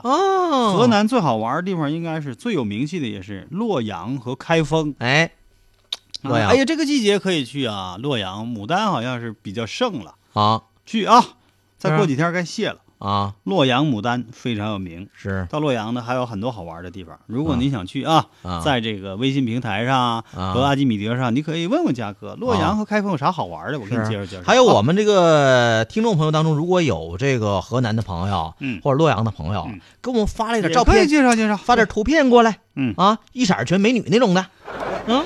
[SPEAKER 3] 吧？
[SPEAKER 4] 啊，
[SPEAKER 3] 河，南最好玩的地方应该是最有名气的，也是洛阳和开封。
[SPEAKER 4] 哎，啊洛阳
[SPEAKER 3] 哎呀，这个季节可以去啊！洛阳牡丹好像是比较盛了，
[SPEAKER 4] 好
[SPEAKER 3] 去啊！再
[SPEAKER 4] 是啊
[SPEAKER 3] 过几天该谢了。
[SPEAKER 4] 啊，
[SPEAKER 3] 洛阳牡丹非常有名。
[SPEAKER 4] 是
[SPEAKER 3] 到洛阳呢，还有很多好玩的地方。如果你想去啊，
[SPEAKER 4] 啊
[SPEAKER 3] 在这个微信平台上
[SPEAKER 4] 啊
[SPEAKER 3] 和阿基米德上，你可以问问嘉哥，洛阳和开封有啥好玩的？我给你介绍介绍。
[SPEAKER 4] 还有我们这个听众朋友当中，如果有这个河南的朋友，
[SPEAKER 3] 嗯
[SPEAKER 4] 或者洛阳的朋友
[SPEAKER 3] 嗯，
[SPEAKER 4] 给我们发了一
[SPEAKER 3] 也
[SPEAKER 4] 点照
[SPEAKER 3] 可以
[SPEAKER 4] 片，
[SPEAKER 3] 介绍介绍，
[SPEAKER 4] 发点图片过来，
[SPEAKER 3] 嗯
[SPEAKER 4] 啊，一色儿全美女那种的，嗯，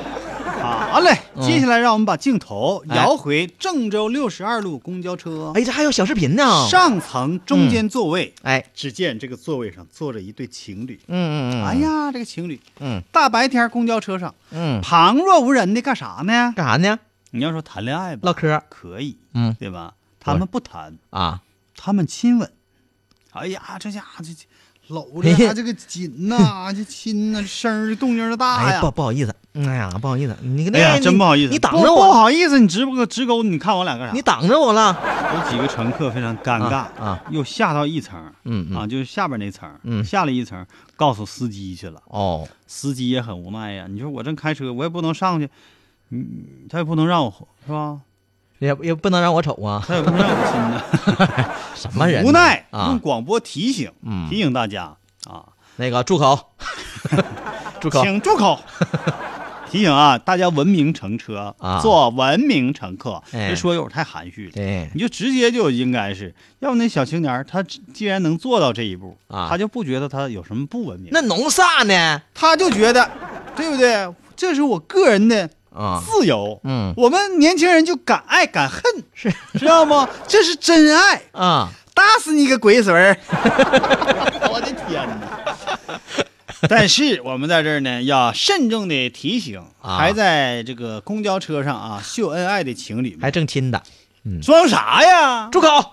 [SPEAKER 3] 好啊嘞。
[SPEAKER 4] 嗯
[SPEAKER 3] 接下来让我们把镜头
[SPEAKER 4] 哎
[SPEAKER 3] 摇回郑州六十二路公交车
[SPEAKER 4] 哎，这还有小视频呢，
[SPEAKER 3] 上层中间座位。
[SPEAKER 4] 哎，
[SPEAKER 3] 只见这个座位上坐着一对情侣。
[SPEAKER 4] 嗯嗯嗯，
[SPEAKER 3] 哎，呀，这个情侣，
[SPEAKER 4] 嗯，
[SPEAKER 3] 大白天公交车上
[SPEAKER 4] 嗯，
[SPEAKER 3] 旁若无人的干啥呢？
[SPEAKER 4] 干啥呢？
[SPEAKER 3] 你要说谈恋爱吧，
[SPEAKER 4] 唠嗑，
[SPEAKER 3] 可以，
[SPEAKER 4] 嗯
[SPEAKER 3] 对吧？他们不谈，
[SPEAKER 4] 啊，
[SPEAKER 3] 他们亲吻。哎呀，这家伙这这搂着呀，这个紧 呐、这亲呐、声儿动静儿大
[SPEAKER 4] 哎
[SPEAKER 3] 呀。
[SPEAKER 4] 不不好意思，嗯哎呀，不好意思，你
[SPEAKER 3] 哎呀，
[SPEAKER 4] 你
[SPEAKER 3] 真不好意思，
[SPEAKER 4] 你挡
[SPEAKER 3] 不
[SPEAKER 4] 着
[SPEAKER 3] 不
[SPEAKER 4] 我，
[SPEAKER 3] 好意思，你直播直勾，你看我俩干啥？
[SPEAKER 4] 你挡着我了，
[SPEAKER 3] 啊有几个乘客非常尴尬
[SPEAKER 4] 啊啊，
[SPEAKER 3] 又下到一层，
[SPEAKER 4] 嗯
[SPEAKER 3] 啊，
[SPEAKER 4] 嗯，
[SPEAKER 3] 就是下边那层，
[SPEAKER 4] 嗯
[SPEAKER 3] 下了一层，告诉司机去了。
[SPEAKER 4] 哦，
[SPEAKER 3] 司机也很无奈呀。你说我正开车，我也不能上去，嗯，他也不能让我，是吧？
[SPEAKER 4] 也也不能让我瞅啊，
[SPEAKER 3] 他也不能让我亲呐。
[SPEAKER 4] 什么人呢？
[SPEAKER 3] 无奈用
[SPEAKER 4] 啊，
[SPEAKER 3] 广播提醒
[SPEAKER 4] 嗯，
[SPEAKER 3] 提醒大家啊，
[SPEAKER 4] 那个 住口，住口，
[SPEAKER 3] 请住 口。提醒啊，大家文明乘车
[SPEAKER 4] 啊
[SPEAKER 3] 做文明乘客，
[SPEAKER 4] 哎
[SPEAKER 3] 别说有点太含蓄了。
[SPEAKER 4] 对，
[SPEAKER 3] 你就直接就应该是，要不那小青年儿他既然能做到这一步，
[SPEAKER 4] 啊
[SPEAKER 3] 他就不觉得他有什么不文明，
[SPEAKER 4] 那弄啥呢？
[SPEAKER 3] 他就觉得，对不对？这是我个人的
[SPEAKER 4] 啊，
[SPEAKER 3] 自由，
[SPEAKER 4] 嗯
[SPEAKER 3] 我们年轻人就敢爱敢恨，是知道吗？这是真爱，
[SPEAKER 4] 啊，
[SPEAKER 3] 打死你个龟孙儿！我的天哪！但是我们在这儿呢，要慎重的提醒，
[SPEAKER 4] 啊
[SPEAKER 3] 还在这个公交车上啊秀恩爱的情侣们，
[SPEAKER 4] 还正亲的，
[SPEAKER 3] 装啥呀？
[SPEAKER 4] 住口！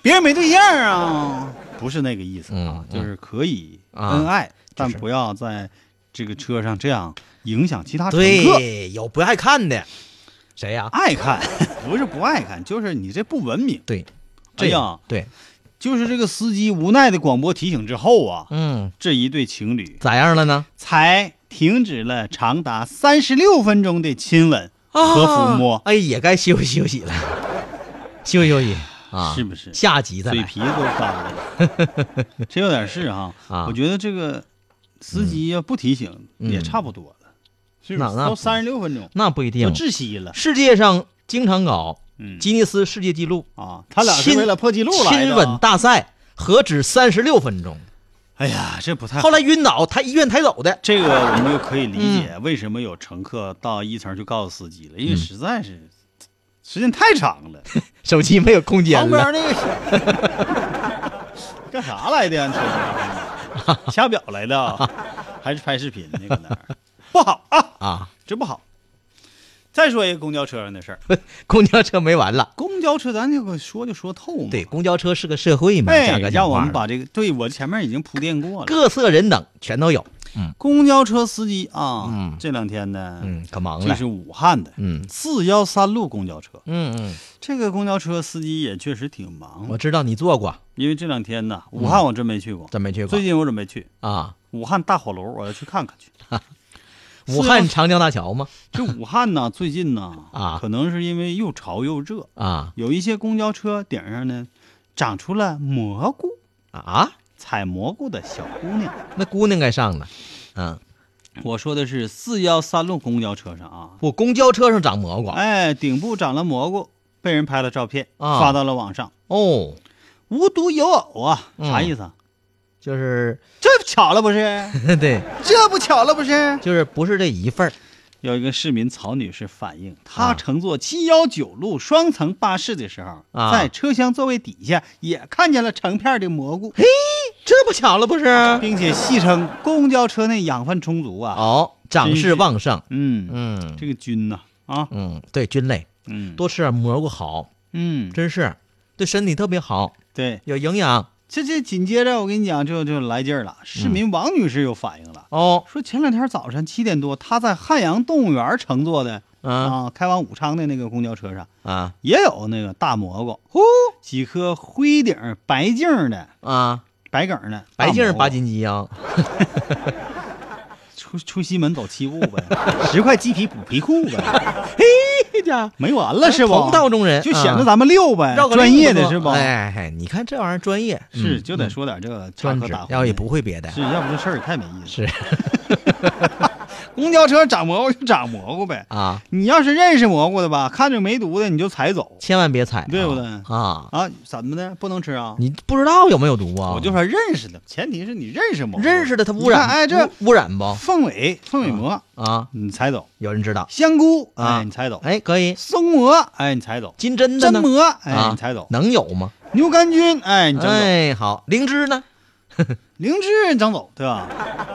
[SPEAKER 3] 别人没对象啊？不是那个意思啊
[SPEAKER 4] 嗯，
[SPEAKER 3] 就是可以
[SPEAKER 4] 啊
[SPEAKER 3] 恩爱，但
[SPEAKER 4] 就是
[SPEAKER 3] 不要在这个车上这样影响其他乘客。
[SPEAKER 4] 对，有不爱看的，谁呀？
[SPEAKER 3] 爱看 不是不爱看，就是你这不文明。
[SPEAKER 4] 对，
[SPEAKER 3] 哎
[SPEAKER 4] 这
[SPEAKER 3] 呀
[SPEAKER 4] 样，对，
[SPEAKER 3] 就是这个司机无奈的广播提醒之后啊，
[SPEAKER 4] 嗯，
[SPEAKER 3] 这一对情侣
[SPEAKER 4] 咋样了呢？
[SPEAKER 3] 才停止了长达三十六分钟的亲吻和抚摸，
[SPEAKER 4] 哎，也该休息休息了，休息休息啊，
[SPEAKER 3] 是不是
[SPEAKER 4] 下集再
[SPEAKER 3] 嘴
[SPEAKER 4] 来
[SPEAKER 3] 皮子都干了。 这有点是哈、
[SPEAKER 4] 啊
[SPEAKER 3] 我觉得这个司机要不提醒、
[SPEAKER 4] 嗯
[SPEAKER 3] 也差不多了，是不
[SPEAKER 4] 那
[SPEAKER 3] 是？
[SPEAKER 4] 那
[SPEAKER 3] 都三十六分钟，
[SPEAKER 4] 那不一
[SPEAKER 3] 都
[SPEAKER 4] 定。
[SPEAKER 3] 窒息了。
[SPEAKER 4] 世界上经常搞
[SPEAKER 3] 嗯
[SPEAKER 4] 吉尼斯世界纪录
[SPEAKER 3] 啊，他俩是
[SPEAKER 4] 亲
[SPEAKER 3] 为了破纪录来
[SPEAKER 4] 亲
[SPEAKER 3] 的
[SPEAKER 4] 吻
[SPEAKER 3] 啊。
[SPEAKER 4] 大赛，何止三十六 分钟？
[SPEAKER 3] 哎呀，这不太好
[SPEAKER 4] 后来晕倒，抬医院抬走的。
[SPEAKER 3] 这个我们就可以理解为什么有乘客到一层就告诉司机了，因为实在是时间太长了，
[SPEAKER 4] 手机没有空间
[SPEAKER 3] 旁边
[SPEAKER 4] 了。
[SPEAKER 3] 那个干啥来的呀？你 说掐表来的啊，还是拍视频那个那儿 不好啊，
[SPEAKER 4] 啊，
[SPEAKER 3] 真不好。再说一个公交车上的事儿，
[SPEAKER 4] 公交车没完了。
[SPEAKER 3] 公交车咱就给说就说透嘛，
[SPEAKER 4] 对，，公交车是个社会嘛，
[SPEAKER 3] 哎
[SPEAKER 4] 价格，讲
[SPEAKER 3] 让我
[SPEAKER 4] 话
[SPEAKER 3] 们
[SPEAKER 4] 了
[SPEAKER 3] 把这个对我前面已经铺垫过了，
[SPEAKER 4] 各色人等全都有。
[SPEAKER 3] 公交车司机啊，
[SPEAKER 4] 嗯
[SPEAKER 3] 这两天呢，
[SPEAKER 4] 嗯，可忙
[SPEAKER 3] 这
[SPEAKER 4] 了
[SPEAKER 3] 是。武汉的，
[SPEAKER 4] 嗯
[SPEAKER 3] 四幺三路公交车，
[SPEAKER 4] 嗯嗯，
[SPEAKER 3] 这个公交车司机也确实挺忙
[SPEAKER 4] 我，知道你坐过，
[SPEAKER 3] 因为这两天呢，
[SPEAKER 4] 嗯
[SPEAKER 3] 武汉我真没去过，
[SPEAKER 4] 真没去过
[SPEAKER 3] 最近我准备去
[SPEAKER 4] 啊。
[SPEAKER 3] 武汉大火炉，我要去看看去。
[SPEAKER 4] 武汉长江大桥吗？
[SPEAKER 3] 这武汉呢，最近呢，
[SPEAKER 4] 啊
[SPEAKER 3] 可能是因为又潮又热，
[SPEAKER 4] 啊
[SPEAKER 3] 有一些公交车顶上呢，长出了蘑菇，
[SPEAKER 4] 啊，
[SPEAKER 3] 采蘑菇的小姑娘。
[SPEAKER 4] 那姑娘该上了。嗯，
[SPEAKER 3] 我说的是四幺三路公交车上啊，
[SPEAKER 4] 我公交车上长蘑菇
[SPEAKER 3] 哎，顶部长了蘑菇，被人拍了照片，
[SPEAKER 4] 啊
[SPEAKER 3] 发到了网上。
[SPEAKER 4] 哦，
[SPEAKER 3] 无独有偶啊，啥
[SPEAKER 4] 嗯
[SPEAKER 3] 意思啊？
[SPEAKER 4] 就是
[SPEAKER 3] 这不巧了不是？
[SPEAKER 4] 对，
[SPEAKER 3] 这不巧了不是？
[SPEAKER 4] 就是不是这一份儿
[SPEAKER 3] 有一个市民曹女士反映，
[SPEAKER 4] 啊
[SPEAKER 3] 她乘坐七幺九路双层巴士的时候，
[SPEAKER 4] 啊
[SPEAKER 3] 在车厢座位底下也看见了成片的蘑菇，
[SPEAKER 4] 这不巧了不是？
[SPEAKER 3] 并且戏称公交车内养分充足啊。
[SPEAKER 4] 哦，长势旺盛。
[SPEAKER 3] 嗯，
[SPEAKER 4] 嗯
[SPEAKER 3] 这个菌呐啊，
[SPEAKER 4] 嗯，对，菌类
[SPEAKER 3] 嗯，
[SPEAKER 4] 多吃点蘑菇好，
[SPEAKER 3] 嗯，
[SPEAKER 4] 真是对身体特别好，
[SPEAKER 3] 对，
[SPEAKER 4] 有营养
[SPEAKER 3] 这这紧接着我跟你讲，就就来劲儿了。市民王女士有反应了，
[SPEAKER 4] 哦。
[SPEAKER 3] 说前两天早晨七点多，她在汉阳动物园乘坐的
[SPEAKER 4] 啊
[SPEAKER 3] 啊开往武昌的那个公交车上，
[SPEAKER 4] 啊
[SPEAKER 3] 也有那个大蘑菇，
[SPEAKER 4] 哦
[SPEAKER 3] 呼，几颗灰顶儿白净儿的
[SPEAKER 4] 啊！
[SPEAKER 3] 白梗儿的，
[SPEAKER 4] 白净儿
[SPEAKER 3] 大蘑
[SPEAKER 4] 八
[SPEAKER 3] 菇
[SPEAKER 4] 斤鸡啊！
[SPEAKER 3] 出出西门走七步呗，十块鸡皮补皮裤呗。
[SPEAKER 4] 家伙哎
[SPEAKER 3] 没完了是吧？
[SPEAKER 4] 同道中人，
[SPEAKER 3] 就显
[SPEAKER 4] 啊
[SPEAKER 3] 得咱们溜呗，
[SPEAKER 4] 绕个
[SPEAKER 3] 哎专
[SPEAKER 4] 铃
[SPEAKER 3] 业
[SPEAKER 4] 子
[SPEAKER 3] 的
[SPEAKER 4] 多
[SPEAKER 3] 是吧？
[SPEAKER 4] 哎哎，你看这玩意儿专业
[SPEAKER 3] 是
[SPEAKER 4] 嗯
[SPEAKER 3] 就得
[SPEAKER 4] 嗯
[SPEAKER 3] 说点这个插
[SPEAKER 4] 专
[SPEAKER 3] 科
[SPEAKER 4] 职
[SPEAKER 3] 打诨，
[SPEAKER 4] 要也不会别的。
[SPEAKER 3] 是，要不这事儿太没意思。
[SPEAKER 4] 是
[SPEAKER 3] 公交车长蘑菇就长蘑菇呗，
[SPEAKER 4] 啊，
[SPEAKER 3] 你要是认识蘑菇的吧，看着没毒的你就踩走
[SPEAKER 4] 千万别踩，
[SPEAKER 3] 对不对
[SPEAKER 4] 啊，
[SPEAKER 3] 啊？怎么的不能吃啊？
[SPEAKER 4] 你不知道有没有毒啊？
[SPEAKER 3] 我就说认识的，前提是你认识蘑菇，
[SPEAKER 4] 认识的它
[SPEAKER 3] 你
[SPEAKER 4] 污染，
[SPEAKER 3] 看哎，这
[SPEAKER 4] 污污染不
[SPEAKER 3] 凤尾凤尾蘑
[SPEAKER 4] 啊？
[SPEAKER 3] 你踩走，
[SPEAKER 4] 有人知道
[SPEAKER 3] 香菇
[SPEAKER 4] 啊
[SPEAKER 3] 哎你踩走，
[SPEAKER 4] 哎，可以
[SPEAKER 3] 松蘑哎你踩走，
[SPEAKER 4] 金针的
[SPEAKER 3] 榛
[SPEAKER 4] 呢？
[SPEAKER 3] 蘑哎
[SPEAKER 4] 啊
[SPEAKER 3] 你踩走，
[SPEAKER 4] 能有吗？
[SPEAKER 3] 牛肝菌哎你整走。
[SPEAKER 4] 哎，好，灵芝呢？
[SPEAKER 3] 灵芝整走，对吧？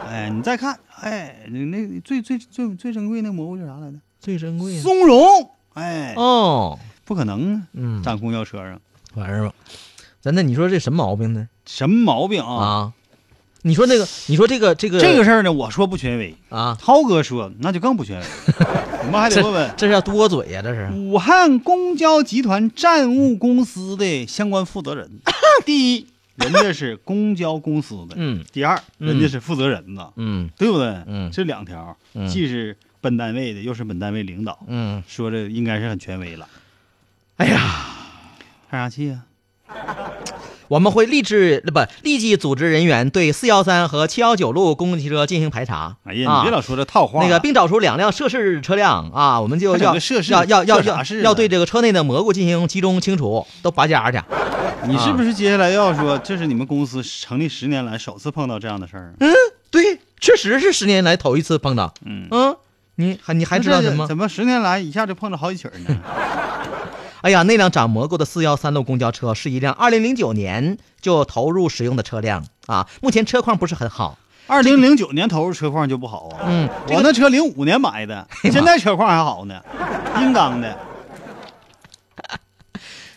[SPEAKER 3] 哎，你再看，哎，那那最最最最珍贵那蘑菇叫啥来着？
[SPEAKER 4] 最珍贵的
[SPEAKER 3] 松茸，哎，
[SPEAKER 4] 哦，
[SPEAKER 3] 不可能啊，
[SPEAKER 4] 嗯，
[SPEAKER 3] 站公交车上
[SPEAKER 4] 玩意儿吧。咱那你说这什么毛病呢？
[SPEAKER 3] 什么毛病啊？
[SPEAKER 4] 啊，你说那个，你说这个这个
[SPEAKER 3] 这个事儿呢，我说不权威，
[SPEAKER 4] 啊，
[SPEAKER 3] 涛哥说那就更不权威， 我们还得问问
[SPEAKER 4] 这是要多嘴呀，这是
[SPEAKER 3] 武汉公交集团站务公司的相关负责 人。
[SPEAKER 4] 啊
[SPEAKER 3] 第一，人家是公交公司的；
[SPEAKER 4] 嗯
[SPEAKER 3] 第二，
[SPEAKER 4] 嗯
[SPEAKER 3] 人家是负责人呐，
[SPEAKER 4] 嗯
[SPEAKER 3] 对不对？
[SPEAKER 4] 嗯
[SPEAKER 3] 这两条
[SPEAKER 4] 嗯
[SPEAKER 3] 既是本单位的，又是本单位领导。
[SPEAKER 4] 嗯，
[SPEAKER 3] 说这应该是很权威了。
[SPEAKER 4] 哎呀，
[SPEAKER 3] 叹啥气啊？
[SPEAKER 4] 我们会立志不立即组织人员对四幺三和七幺九路公共汽车进行排查。
[SPEAKER 3] 哎呀，
[SPEAKER 4] 啊
[SPEAKER 3] 你别老说这套话。
[SPEAKER 4] 那个，并找出两辆涉事车辆啊，我们就
[SPEAKER 3] 还整
[SPEAKER 4] 要
[SPEAKER 3] 个涉事
[SPEAKER 4] 要要要
[SPEAKER 3] 涉啥
[SPEAKER 4] 要
[SPEAKER 3] 事呢
[SPEAKER 4] 要对这个车内的蘑菇进行集中清除，都拔尖儿去。
[SPEAKER 3] 你
[SPEAKER 4] 啊
[SPEAKER 3] 是不是接下来要说这是你们公司成立十年来首次碰到这样的事儿？啊
[SPEAKER 4] 对，确实是十年来头一次碰到。
[SPEAKER 3] 嗯，
[SPEAKER 4] 嗯，你还你还知道什
[SPEAKER 3] 那
[SPEAKER 4] 么
[SPEAKER 3] 这？怎么十年来一下就碰着好几起儿 呢？
[SPEAKER 4] 哎呀，那辆长蘑菇的四幺三路公交车是一辆2009年就投入使用的车辆啊，目前车况不是很好。
[SPEAKER 3] 二零零九年投入车况就不好啊。
[SPEAKER 4] 嗯，
[SPEAKER 3] 我那车零五年买的，现在车况还好呢，应当的。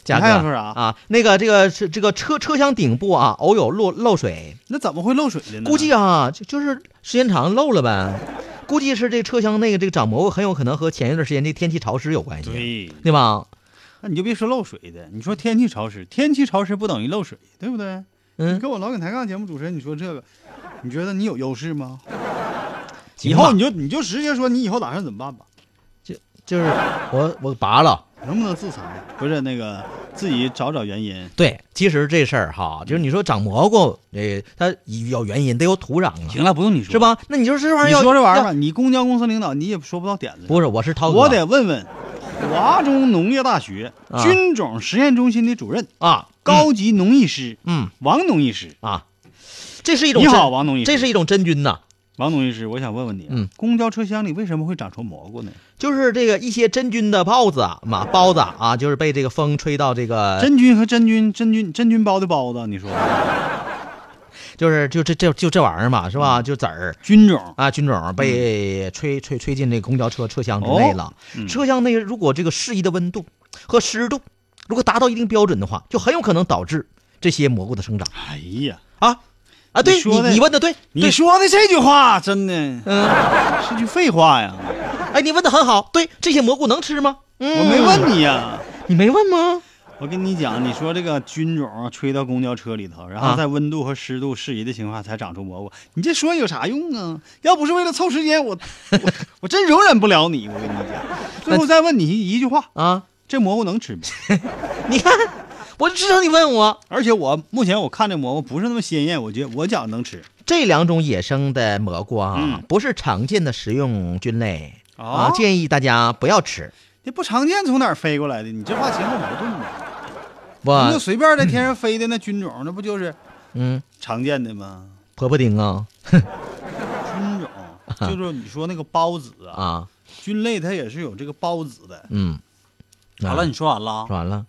[SPEAKER 4] 贾
[SPEAKER 3] 你
[SPEAKER 4] 哥
[SPEAKER 3] 还想说啥
[SPEAKER 4] 啊？那个这个是这个车车厢顶部啊，偶有漏漏水，
[SPEAKER 3] 那怎么会漏水的呢？
[SPEAKER 4] 估计啊，就就是时间长漏了呗。估计是这车厢内这个长蘑菇很有可能和前一段时间这天气潮湿有关系，
[SPEAKER 3] 对，
[SPEAKER 4] 对吧？
[SPEAKER 3] 那你就别说漏水的，你说天气潮湿，天气潮湿不等于漏水，对不对？你
[SPEAKER 4] 嗯，
[SPEAKER 3] 跟我老梗抬杠节目主持人，你说这个，你觉得你有优势吗？
[SPEAKER 4] 行
[SPEAKER 3] 以
[SPEAKER 4] 吧
[SPEAKER 3] 后你就你就直接说你以后打算怎么办吧，
[SPEAKER 4] 就是我我拔了。
[SPEAKER 3] 能不能自裁？不是那个自己找找原因。
[SPEAKER 4] 对，其实这事儿哈，就是你说长蘑菇，呃，它有原因，得有土壤啊，
[SPEAKER 3] 了，不用你
[SPEAKER 4] 是？吧？那你说这玩意儿
[SPEAKER 3] 你
[SPEAKER 4] 要
[SPEAKER 3] 说这玩意儿
[SPEAKER 4] 要
[SPEAKER 3] 吧，你公交公司领导你也说不到点子上。
[SPEAKER 4] 不是，啊我是涛哥，
[SPEAKER 3] 我得问问华中农业大学
[SPEAKER 4] 啊
[SPEAKER 3] 军种实验中心的主任、
[SPEAKER 4] 啊，
[SPEAKER 3] 高级农艺师
[SPEAKER 4] 嗯
[SPEAKER 3] 王农艺师。
[SPEAKER 4] 嗯啊，这是一种
[SPEAKER 3] 你好，
[SPEAKER 4] 真
[SPEAKER 3] 王农艺师。
[SPEAKER 4] 这是一种真菌呐、
[SPEAKER 3] 王农艺师，我想问问你啊，
[SPEAKER 4] 嗯
[SPEAKER 3] 公交车厢里为什么会长出蘑菇呢？
[SPEAKER 4] 就是这个一些真菌的孢子啊，嘛孢子啊，就是被这个风吹到这个，
[SPEAKER 3] 真菌和真菌，真菌真菌包的包子，你说
[SPEAKER 4] 哎就是就这这就这玩意儿嘛，是
[SPEAKER 3] 嗯
[SPEAKER 4] 吧？就籽儿
[SPEAKER 3] 菌种
[SPEAKER 4] 啊，菌种被吹吹吹进这个公交车车厢之内了。
[SPEAKER 3] 嗯
[SPEAKER 4] 车厢内如果这个适宜的温度和湿度，如果达到一定标准的话，就很有可能导致这些蘑菇的生长
[SPEAKER 3] 哎呀，
[SPEAKER 4] 啊啊！对
[SPEAKER 3] 你说的
[SPEAKER 4] 你问的对，
[SPEAKER 3] 你
[SPEAKER 4] 对
[SPEAKER 3] 说的这句话真的
[SPEAKER 4] 嗯，
[SPEAKER 3] 是句废话呀！
[SPEAKER 4] 哎，你问的很好，对，这些蘑菇能吃吗？嗯，
[SPEAKER 3] 我没问你呀，
[SPEAKER 4] 你没问吗？
[SPEAKER 3] 我跟你讲，你说这个菌种啊吹到公交车里头，然
[SPEAKER 4] 啊
[SPEAKER 3] 后在温度和湿度适宜的情况下才长出蘑菇，你这说有啥用啊？要不是为了凑时间，我我 我真容忍不了你。我跟你讲，最后再问你一句话：
[SPEAKER 4] 啊，
[SPEAKER 3] 这蘑菇能吃吗？
[SPEAKER 4] 你看，我就知道你问我
[SPEAKER 3] 而且我目前我看这蘑菇不是那么鲜艳，我觉得我讲能吃。
[SPEAKER 4] 这两种野生的蘑菇啊，
[SPEAKER 3] 嗯
[SPEAKER 4] 不是常见的食用菌类、啊
[SPEAKER 3] 哦，
[SPEAKER 4] 建议大家不要吃。
[SPEAKER 3] 这不常见从哪儿飞过来的？你这话前后矛盾呢。那
[SPEAKER 4] 我
[SPEAKER 3] 就随便在天上飞的那菌种，那不就是
[SPEAKER 4] 嗯，
[SPEAKER 3] 常见的 吗？
[SPEAKER 4] 婆婆丁啊
[SPEAKER 3] 菌种就是你说那个孢子啊，
[SPEAKER 4] 啊，
[SPEAKER 3] 菌类它也是有这个孢子的。
[SPEAKER 4] 嗯，
[SPEAKER 3] 好了，你说完了啊
[SPEAKER 4] 说？完了，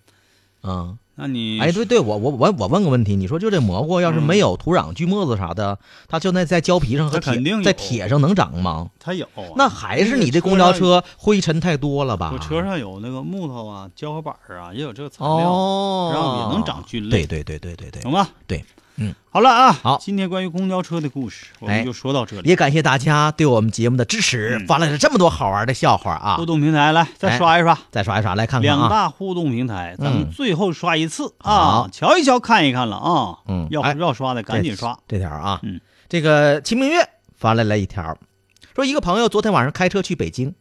[SPEAKER 4] 嗯，
[SPEAKER 3] 那你
[SPEAKER 4] 哎，对对，我我我我问个问题，你说就这蘑菇要是没有土壤、锯末子啥的，它就那在胶皮上和
[SPEAKER 3] 它肯定
[SPEAKER 4] 铁
[SPEAKER 3] 有
[SPEAKER 4] 在铁上能长吗？
[SPEAKER 3] 它有啊，
[SPEAKER 4] 那还是你这公交车灰尘太多了吧？
[SPEAKER 3] 我车上有那个木头啊、胶合板儿啊，也有这个材料，
[SPEAKER 4] 哦，
[SPEAKER 3] 然后也能长菌
[SPEAKER 4] 对
[SPEAKER 3] 类，
[SPEAKER 4] 对对对对对
[SPEAKER 3] 懂，吗？
[SPEAKER 4] 对，嗯，
[SPEAKER 3] 好了啊，
[SPEAKER 4] 好
[SPEAKER 3] 今天关于公交车的故事我
[SPEAKER 4] 哎
[SPEAKER 3] 们就说到这里。
[SPEAKER 4] 也感谢大家对我们节目的支持，
[SPEAKER 3] 嗯
[SPEAKER 4] 发来了这么多好玩的笑话啊
[SPEAKER 3] 互！动平台来再刷一刷，
[SPEAKER 4] 再刷一刷，来看看
[SPEAKER 3] 两
[SPEAKER 4] 啊！
[SPEAKER 3] 大互动平台，咱们
[SPEAKER 4] 嗯
[SPEAKER 3] 最后刷一次
[SPEAKER 4] 好
[SPEAKER 3] 啊，瞧一瞧看一看了啊，
[SPEAKER 4] 嗯
[SPEAKER 3] 要
[SPEAKER 4] 哎
[SPEAKER 3] 要刷的赶紧
[SPEAKER 4] 这
[SPEAKER 3] 刷。
[SPEAKER 4] 这条啊，
[SPEAKER 3] 嗯
[SPEAKER 4] 这个秦明月发来了一条，说一个朋友昨天晚上开车去北京，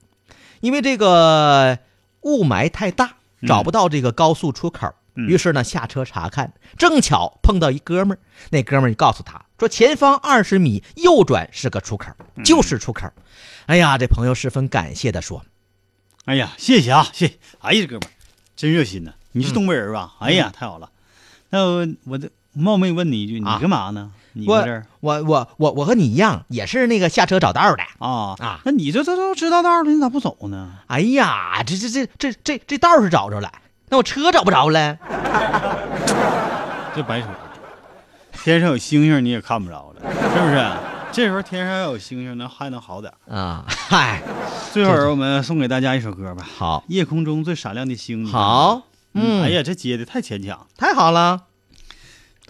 [SPEAKER 4] 因为这个雾霾太大，找不到这个高速出口，
[SPEAKER 3] 嗯
[SPEAKER 4] 于是呢下车查看，正巧碰到一哥们儿，那哥们儿就告诉他说前方二十米右转是个出口，
[SPEAKER 3] 嗯
[SPEAKER 4] 就是出口。哎呀，这朋友十分感谢的说，
[SPEAKER 3] 哎呀，谢谢啊，谢谢！哎呀，这哥们儿真热心呐、你
[SPEAKER 4] 嗯
[SPEAKER 3] 是东北人吧？哎呀，太好了。那我我这冒昧问你一句，你
[SPEAKER 4] 啊
[SPEAKER 3] 干嘛呢？你搁
[SPEAKER 4] 我
[SPEAKER 3] 这儿
[SPEAKER 4] 我我我我和你一样，也是那个下车找道儿的。
[SPEAKER 3] 啊
[SPEAKER 4] 啊
[SPEAKER 3] 那你这这都知道道了，你咋不走呢？
[SPEAKER 4] 哎呀，这这这这这这道儿是找着了，那我车找不着了。
[SPEAKER 3] 这白说，天上有星星你也看不着了，是不是？这时候天上要有星星，那还能好点儿。
[SPEAKER 4] 啊，嗨，
[SPEAKER 3] 最后我们送给大家一首歌吧，
[SPEAKER 4] 好
[SPEAKER 3] 《夜空中最闪亮的星》。，
[SPEAKER 4] 好，嗯，
[SPEAKER 3] 哎，呀，这接的太牵强。
[SPEAKER 4] 太好了，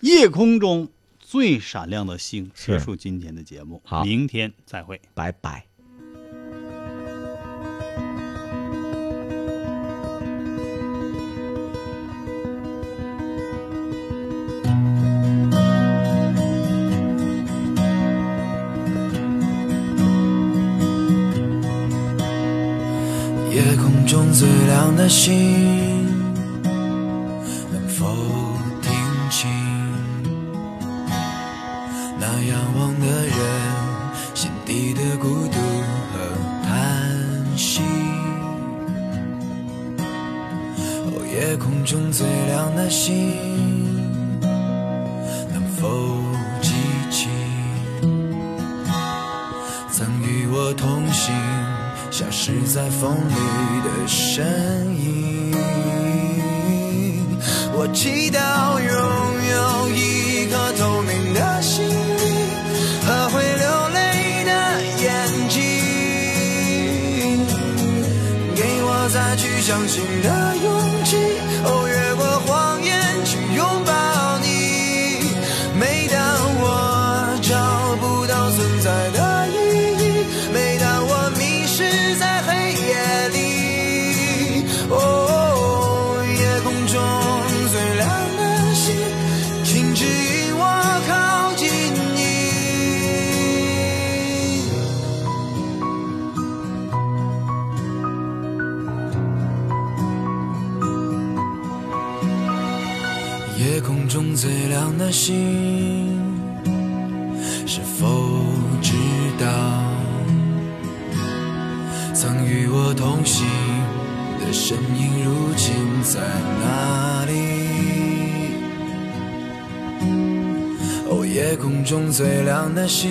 [SPEAKER 3] 夜空中最闪亮的星，
[SPEAKER 4] 是
[SPEAKER 3] 结束今天的节目，
[SPEAKER 4] 好
[SPEAKER 3] 明天再会。
[SPEAKER 4] 拜拜。
[SPEAKER 2] 夜空中最亮的星，能否听清？那仰望的人心底的孤独和叹息。哦，夜空中最亮的星，能否记起？曾与我同行，消失在风里的身影。我祈祷拥有一颗透明的心灵和会流泪的眼睛，给我再去相信的勇气。哦，越过谎言去拥抱你。每当我找不到存在的意义，每当我迷失在黑夜里，哦，夜空中最亮的星，请指引我靠近你。夜空中最亮的星，是否知道曾与我同行的身影，如今在哪里？哦，夜空中最亮的星，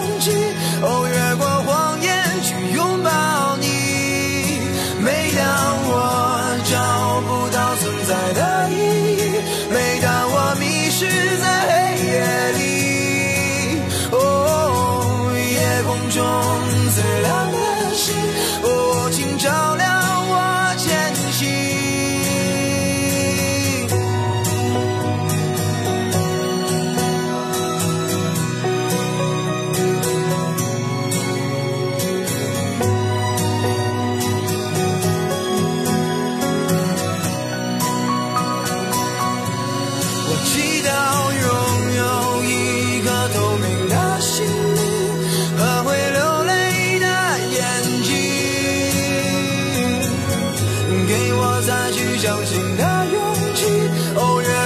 [SPEAKER 2] 气。哦，越过谎言去拥抱你。每当我找不到存在的意义，每当我迷失在黑夜里，哦，夜空中最亮的星，哦，请照亮我前行。我祈祷拥有一颗透明的心灵和会流泪的眼睛，给我再去相信的勇气。哦，越哦